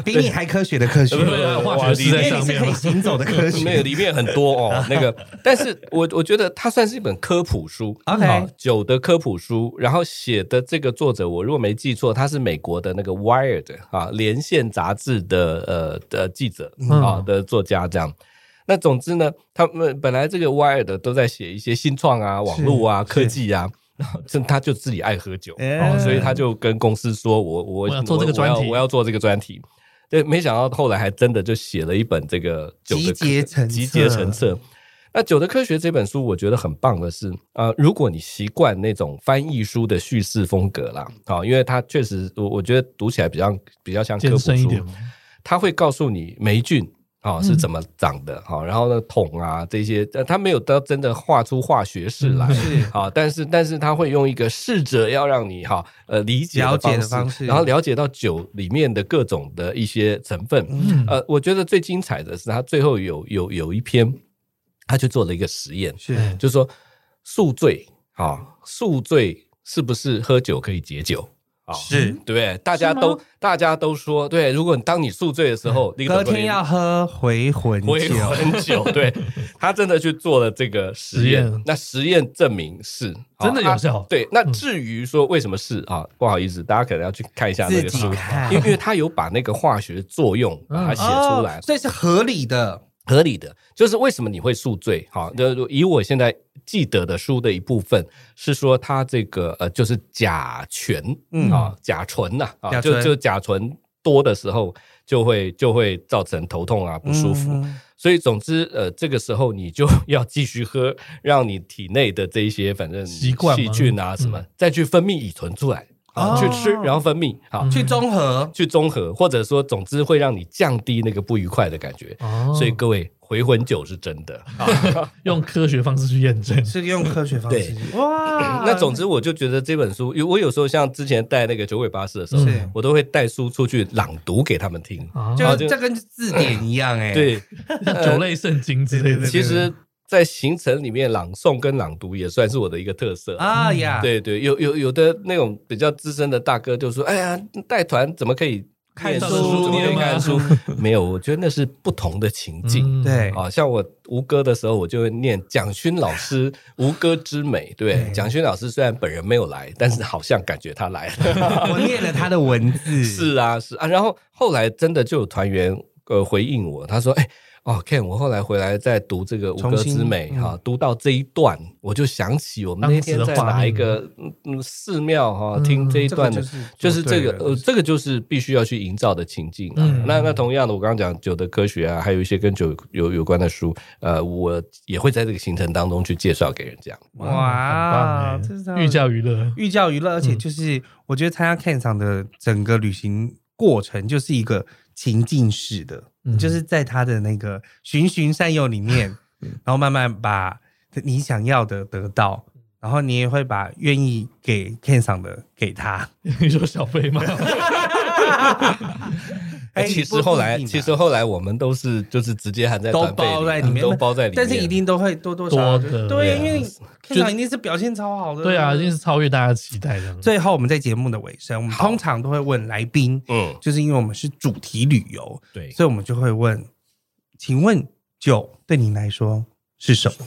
比你还科学的科学，
不不不化学
是
啊是
因
在
为
上
你是可以
面吗？
行走的科
没有
学。
里面很多哦。那个，但是我我觉得它算是一本科普书
OK
啊酒的科普书。然后写的这个作者，我如果没记错，他是美国的那个《Wired》啊连线杂志的呃的记者啊
嗯
的作家这样。那总之呢，他们本来这个 Wired 都在写一些新创啊、网络啊、
是
科技啊。然后这他就自己爱喝酒，
哎
哦，所以他就跟公司说：“我我
嗯我要做这个专题
我要我要做这个专题。”对，没想到后来还真的就写了一本这个酒
集
的
结成册
集结成册。那《酒的科学》这本书，我觉得很棒的是，呃，如果你习惯那种翻译书的叙事风格啦，啊、因为它确实，我我觉得读起来比较比较像科
艰
普书，
嗯深一点吗？嗯
它会告诉你霉菌啊、是怎么长的，好、然后呢桶啊这些，呃，它没有到真的画出化学式
嗯
来，
是
啊、但是但是它会用一个试着要让你哈、呃理解
了解的
的
方
式，
式
然后了解到酒里面的各种的一些成分，
嗯
呃，我觉得最精彩的是他最后有有有一篇，他去做了一个实验，
是
就是说宿醉啊、宿醉是不是喝酒可以解酒啊？
是嗯
对不对？大家都大家都说，对，如果你当你宿醉的时候，你
隔天要喝回魂酒
回，魂酒， 对他真的去做了这个实验，
实验
那实验证明是啊
真的有效
啊对，那
嗯
至于说为什么是啊，不好意思，大家可能要去看一下那
自
个
己
书，
看
因为因为他有把那个化学作用把它写出来
哦，所以是合理的。
合理的，就是为什么你会宿醉？哈，就以我现在记得的书的一部分是说，它这个呃，就是甲醛，
嗯
啊，甲醇呐、啊，
甲
就
醇
就甲醇多的时候，就会就会造成头痛啊，不舒服。
嗯
所以总之，呃，这个时候你就 要继续喝，让你体内的这一些反正
习惯吗
细菌啊什么，再去分泌乙醇出来啊，
哦
去吃，然后分泌啊。
嗯
去综合，
去综合，或者说，总之会让你降低那个不愉快的感觉。
哦，
所以各位，回魂酒是真的。
用科学方式去验证，
是用科学方式。哇，
那总之，我就觉得这本书，因为我有时候像之前带那个酒鬼巴士的时候
是，
我都会带书出去朗读给他们听。
嗯啊，
就
就
这跟字典一样哎。
对，
像酒类圣经之类的，
其实，在行程里面朗诵跟朗读也算是我的一个特色。
啊呀，
对对，有有有的那种比较资深的大哥就说：“哎呀，带团怎么可以
看
念
书
怎么可以
念吗
看书？”没有，我觉得那是不同的情境。
嗯
对
啊，像我吴哥的时候，我就会念蒋勋老师《吴哥之美》。对，
对
蒋勋老师虽然本人没有来，但是好像感觉他来了。
我念了他的文字，
是啊，是啊。然后后来真的就有团员呃回应我，他说：“哎、哦，Ken，我后来回来再读这个《吴
重
哥
新嗯
之美》哈、读到这一段，我就想起我们
当
那
时
天
的
在
画
哪一
面
个嗯嗯寺庙哈、
嗯
听这一
这个
段的
就。是
就是这个，
对了
呃，这个就是必须要去营造的情境、啊。
嗯
那那同样的，我刚刚讲酒的科学啊，还有一些跟酒有有关的书，呃，我也会在这个行程当中去介绍给人家。
哇，
哇
很
这是
棒哎寓教于乐，
寓教于乐，而且就是我觉得参加 Ken 场的整个旅行过程就是一个情境式的，
嗯
就是在他的那个循循善诱里面，然后慢慢把你想要的得到，然后你也会把愿意给 Ken 赏的给他。
你说小飞 吗？
哎
其
你
实
不
后
不
来，
一定啊
其实后来我们都是就是直接含在
都
团费
包在里面
都包在里面，
但是一定都会多多少少
多的
对，因
对啊
为 Ken 赏一定是表现超好的，
对啊，一定是超越大家期待 的。
最后，我们在节目的尾声，我们
好
通常都会问来宾，
嗯，
就是因为我们是主题旅游，
对。
所以我们就会问：请问酒对你来说是什么？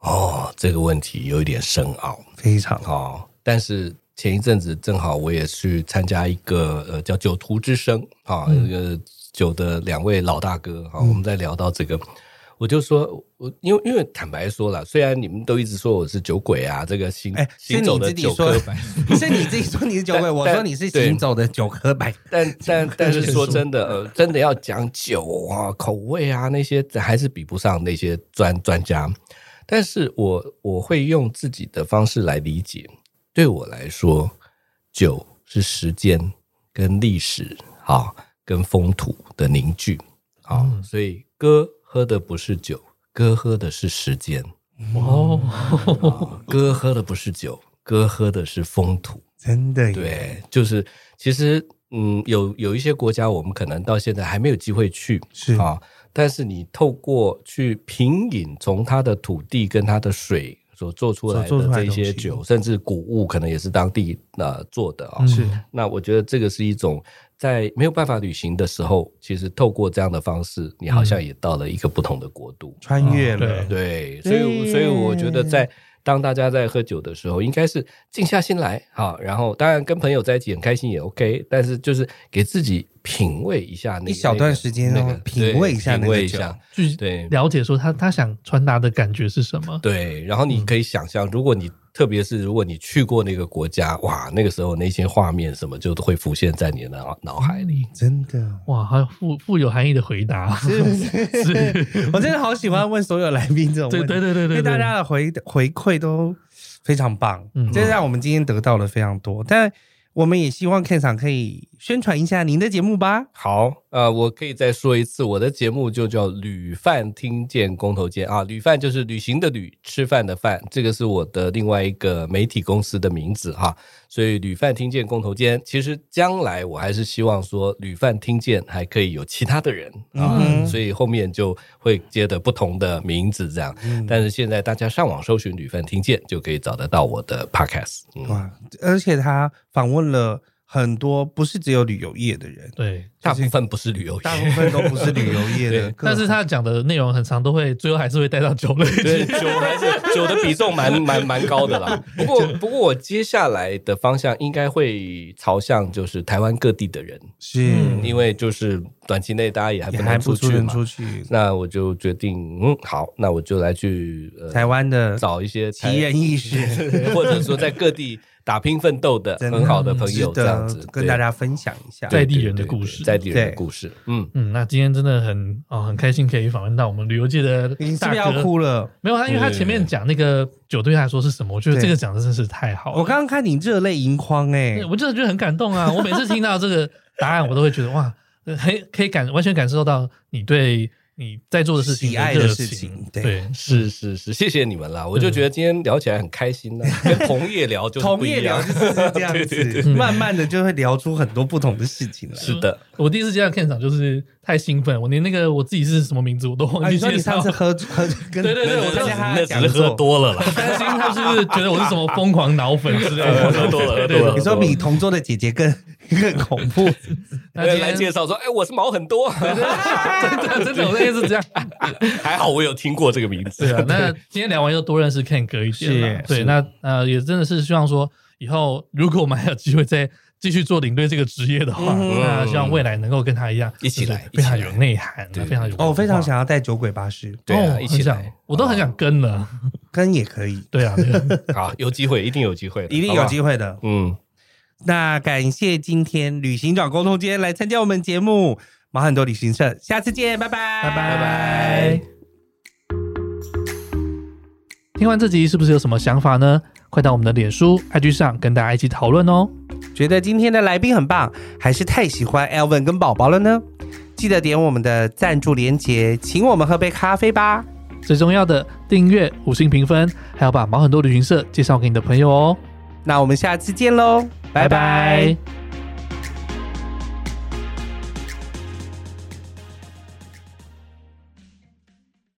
哦，这个问题有一点深奥
非常好，
哦，但是。前一阵子正好我也去参加一个呃叫“酒徒之声”啊，
嗯
那个酒的两位老大哥啊，
嗯
我们在聊到这个，我就说，我因为因为坦白说了，虽然你们都一直说我是酒鬼啊，这个行
哎是
行
你
走的
自己
酒
说
科白，
是你自己说你是酒鬼，
但
我说你是行走的酒喝白。
但但但是说
是
真的，呃，真的要讲酒啊、口味啊那些，还是比不上那些专专家。但是我我会用自己的方式来理解。对我来说，酒是时间跟历史啊，跟风土的凝聚啊。
嗯
所以哥喝的不是酒，哥喝的是时间；
哦，
哥喝的不是酒，哥喝的是风土。
真的耶，
对，就是其实嗯，有有一些国家我们可能到现在还没有机会去
是
啊，但是你透过去品饮从它的土地跟它的水所做出来
所做
的
出来的
这些
东西
酒，甚至谷物，可能也是当地呃做的啊、
哦是
嗯
那我觉得这个是一种在没有办法旅行的时候，其实透过这样的方式，你好像
嗯
也到了一个不同的国度。
穿越
哦
了，
对
对，所以所以我觉得在当大家在喝酒的时候，应该是静下心来哈，然后当然跟朋友在一起很开心也 OK，但是就是给自己品味一下那
一小段时间哦
那个
品味一下
对
那个
品味一
酒
下，
去
对
了解说他他想传达的感觉是什么？
对，然后
嗯
你可以想象，如果你特别是如果你去过那个国家，哇，那个时候那些画面什么就会浮现在你的脑脑海里。
真的。
哇，还有富富有含义的回答，是是，
我真的好喜欢问所有来宾这种 问
对
题，
对对对
因
对，
为大家的回回馈都非常棒，
嗯
这让我们今天得到了非常多。但我们也希望 Ken 厂可以宣传一下您的节目吧。
好，呃，我可以再说一次，我的节目就叫“旅饭听见公头见”啊，旅饭就是旅行的旅，吃饭的饭，这个是我的另外一个媒体公司的名字哈。所以“旅饭听见公头见”，其实将来我还是希望说“旅饭听见”还可以有其他的人啊，
嗯
所以后面就会接的不同的名字这样。
嗯
但是现在大家上网搜寻“旅饭听见”就可以找得到我的 podcast。嗯，
哇，而且他访问了很多不是只有旅游业的人，
对。
大部分不是旅游 业，
大部分都不是旅游业的
对，
各
但是他讲的内容很长，都会最后还是会带到酒类
对，
去。
酒还是酒的比重蛮 蛮蛮高的啦。不过不过，我接下来的方向应该会朝向就是台湾各地的人，
是
嗯
因为就是短期内大家也还
也
不
还
能
不
出
出
去
能
嘛。
出去，
那我就决定，嗯，好，那我就来去呃
台湾的
找一些台
奇人异 事，
或者说在各地打拼奋斗的
真的
很好的朋
值
友，这样
得
子
跟
对
大家分享一下。
对在地
对对
人的
对
故
对
事
在地人
对
的故事，嗯，
嗯，那今天真的很哦，很开心可以访问到我们旅游界的
你是
大
不是要
哥。
哭了？
没有啊，因为他前面讲那个酒对他来说是什么，我觉得
对
这个讲的真是太好了。
我刚刚看你热泪盈眶哎、
对我真的觉得很感动啊！我每次听到这个 答案，我都会觉得哇，很可以感完全感受到你对你在做的事情
喜爱的
热
事
情
情，对
对，
是是是，谢谢你们啦！我就觉得今天聊起来很开心 呢，跟同业聊就是
同
不一
业聊
样
就是这样
对对
子，
对
慢慢的就会聊出很多不同的事情来。
是的，
我第一次见到 Ken 场就是太兴奋，我连那个我自己是什么名字我都忘
啊，
记
你说
介
你
绍。
上次喝喝跟
对对对
跟
我上次
参加他
那
的
只
讲
是喝
座，
多 了啦。
担心他是不是觉得我是什么疯狂脑粉之类 的？
喝多了喝多了
对对对
喝
你
多了
说比同桌的姐姐更 更恐怖，
那今
来
天
介绍说，哎，我是毛很多，
真的真的，我那天是这样。
还好我有听过这个名字。
对啊，那今天聊完又多认识 Ken 哥一点了。
是
对，
是
那呃也真的是希望说，以后如果我们还有机会再继续做领队这个职业的话，
嗯
那希望未来能够跟他一样
一起来
就是非常
一起
有
来
内涵，啊
对
非常有
哦，我非常
文化
想要带酒鬼巴士，
对啊
哦
一起
很想
来哦
我都很想跟了。
跟也可以，
对 啊，对啊
好，有机会，一定有机会的，
一定有机
会。
会的。
嗯，
那感谢今天旅行长沟通间来参加我们节目，马很多旅行社，下次见，拜拜，
拜拜
拜拜。
听听完这集是不是有什么想法呢？快到我们的脸书、IG 上跟大家一起讨论哦。
觉得今天的来宾很棒，还是太喜欢 Elvin 跟宝宝了呢？记得点我们的赞助连结，请我们喝杯咖啡吧。
最重要的，订阅、五星评分，还要把毛很多旅行社介绍给你的朋友哦。
那我们下次见喽，
拜
拜拜
拜